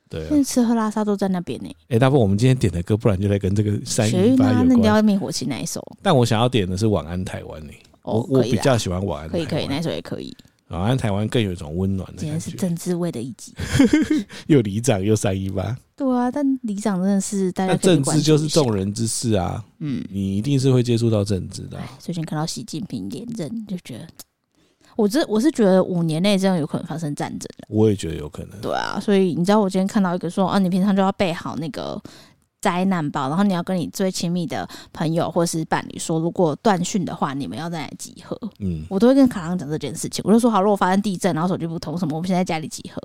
[SPEAKER 1] 对、
[SPEAKER 2] 因
[SPEAKER 1] 啊
[SPEAKER 2] 为，吃喝拉撒都在那边呢、
[SPEAKER 1] 哎、大部分我们今天点的歌，不然就来跟这个三
[SPEAKER 2] 学
[SPEAKER 1] 一
[SPEAKER 2] 运
[SPEAKER 1] 八
[SPEAKER 2] 啊，那
[SPEAKER 1] 有
[SPEAKER 2] 你
[SPEAKER 1] 关。
[SPEAKER 2] 要灭火器那一首，
[SPEAKER 1] 但我想要点的是《晚安台湾》呢、欸
[SPEAKER 2] 哦，
[SPEAKER 1] 我我
[SPEAKER 2] 可以
[SPEAKER 1] 比
[SPEAKER 2] 啦
[SPEAKER 1] 较喜欢《晚安台
[SPEAKER 2] 可
[SPEAKER 1] 湾
[SPEAKER 2] 以》，可以，那一首也可以。
[SPEAKER 1] 晚安台湾》更有一种温暖的
[SPEAKER 2] 今
[SPEAKER 1] 感
[SPEAKER 2] 天是
[SPEAKER 1] 觉，
[SPEAKER 2] 政治味的一集，
[SPEAKER 1] 又里长又三一八，
[SPEAKER 2] 对啊，但里长真的是大家
[SPEAKER 1] 那
[SPEAKER 2] 可以
[SPEAKER 1] 政
[SPEAKER 2] 关
[SPEAKER 1] 治
[SPEAKER 2] 注
[SPEAKER 1] 就是
[SPEAKER 2] 一下
[SPEAKER 1] 众人之事啊，
[SPEAKER 2] 嗯，
[SPEAKER 1] 你一定是会接触到政治的啊、
[SPEAKER 2] 哎，最近看到习近平连任，就觉得我这我是觉得五年内这样有可能发生战争了，
[SPEAKER 1] 我也觉得有可能。
[SPEAKER 2] 对啊，所以你知道我今天看到一个说，啊，你平常就要备好那个。灾难包，然后你要跟你最亲密的朋友或是伴侣说，如果断讯的话，你们要再来集合。
[SPEAKER 1] 嗯，
[SPEAKER 2] 我都会跟卡郎讲这件事情，我就说好，如果发生地震，然后手机不通什么，我们现在在家里集 合，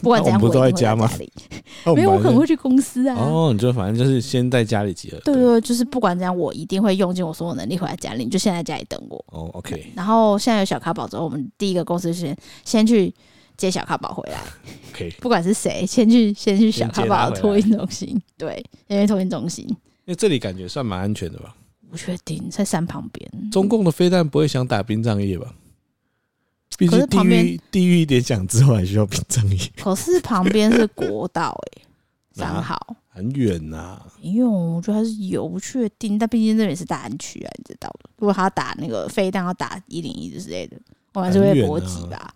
[SPEAKER 2] 不管怎
[SPEAKER 1] 啊那
[SPEAKER 2] 样，
[SPEAKER 1] 我们不
[SPEAKER 2] 我
[SPEAKER 1] 都
[SPEAKER 2] 一定
[SPEAKER 1] 在家
[SPEAKER 2] 会
[SPEAKER 1] 吗
[SPEAKER 2] 在 里没有，我可能会去公司啊。
[SPEAKER 1] 哦，你就反正就是先在家里集合。
[SPEAKER 2] 对对啊对，就是不管怎样，我一定会用尽我所有能力回来家里，你就先在家里等我。
[SPEAKER 1] 哦，OK，
[SPEAKER 2] 然后现在有小卡宝之后，我们第一个公司是先先去接小卡宝回来，
[SPEAKER 1] 可以。
[SPEAKER 2] 不管是谁，先去先去小卡
[SPEAKER 1] 先
[SPEAKER 2] 宝
[SPEAKER 1] 接他回
[SPEAKER 2] 的
[SPEAKER 1] 来
[SPEAKER 2] 托运中心，对，先去托运中心。
[SPEAKER 1] 因为这里感觉算蛮安全的吧？
[SPEAKER 2] 不确定在山旁边，
[SPEAKER 1] 中共的飞弹不会想打殡葬业吧？毕
[SPEAKER 2] 可
[SPEAKER 1] 竟
[SPEAKER 2] 是
[SPEAKER 1] 地
[SPEAKER 2] 旁边
[SPEAKER 1] 狱地狱一点响之后还需要殡葬业，
[SPEAKER 2] 可是旁边是国道 哎、欸，
[SPEAKER 1] 哪
[SPEAKER 2] 三好。
[SPEAKER 1] 很远呐。
[SPEAKER 2] 没有，我觉得还是有不确定，但毕竟这里是大安区啊，你知道的。如果他打那个飞弹，要打一零一之类的，我还是
[SPEAKER 1] 很
[SPEAKER 2] 会
[SPEAKER 1] 远
[SPEAKER 2] 搏
[SPEAKER 1] 啊
[SPEAKER 2] 击吧。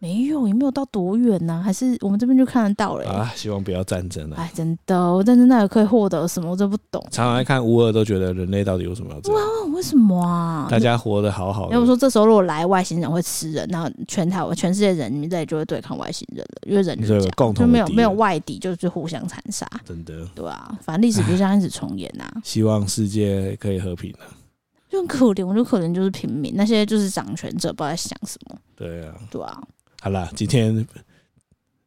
[SPEAKER 2] 没有，也没有到多远呐、还是我们这边就看得到了、欸。
[SPEAKER 1] 啊，希望不要战争啊！
[SPEAKER 2] 哎、真的，我战争到底可以获得什么？我真不懂。
[SPEAKER 1] 常常在看乌二，都觉得人类到底有什么要这样？
[SPEAKER 2] 啊，为什么啊？
[SPEAKER 1] 大家活得好好的
[SPEAKER 2] 要不，说这时候如果来外星人会吃人，然后全台湾全世界人民在就会对抗外星人了，因为人
[SPEAKER 1] 你
[SPEAKER 2] 就
[SPEAKER 1] 说
[SPEAKER 2] 是
[SPEAKER 1] 有个
[SPEAKER 2] 这样，
[SPEAKER 1] 共
[SPEAKER 2] 就
[SPEAKER 1] 同
[SPEAKER 2] 没
[SPEAKER 1] 的
[SPEAKER 2] 有
[SPEAKER 1] 敌
[SPEAKER 2] 没有
[SPEAKER 1] 人，
[SPEAKER 2] 外敌，就是互相残杀，
[SPEAKER 1] 真的
[SPEAKER 2] 对啊，反正历史就像一直重演呐、啊，
[SPEAKER 1] 希望世界可以和平啊！
[SPEAKER 2] 就很可怜。我觉得可怜就是平民，那些就是掌权者不知道在想什么，
[SPEAKER 1] 对啊，
[SPEAKER 2] 对啊，
[SPEAKER 1] 好啦，今天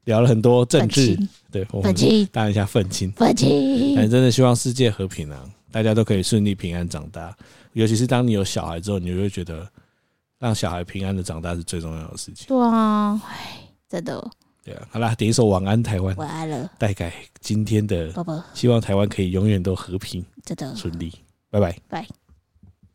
[SPEAKER 1] 聊了很多政治
[SPEAKER 2] 愤，青，
[SPEAKER 1] 对我们
[SPEAKER 2] 愤青，
[SPEAKER 1] 当一下愤青，
[SPEAKER 2] 愤
[SPEAKER 1] 但
[SPEAKER 2] 青，
[SPEAKER 1] 真的希望世界和平啊，大家都可以顺利平安长大。尤其是当你有小孩之后，你就会觉得让小孩平安的长大是最重要的事情。
[SPEAKER 2] 对啊，唉，真的，
[SPEAKER 1] 对啊，好啦，点一首《晚安台湾
[SPEAKER 2] 我》，爱了，
[SPEAKER 1] 带给今天的，
[SPEAKER 2] 宝宝，
[SPEAKER 1] 希望台湾可以永远都和平
[SPEAKER 2] 真的。
[SPEAKER 1] 顺利。拜拜。
[SPEAKER 2] 拜。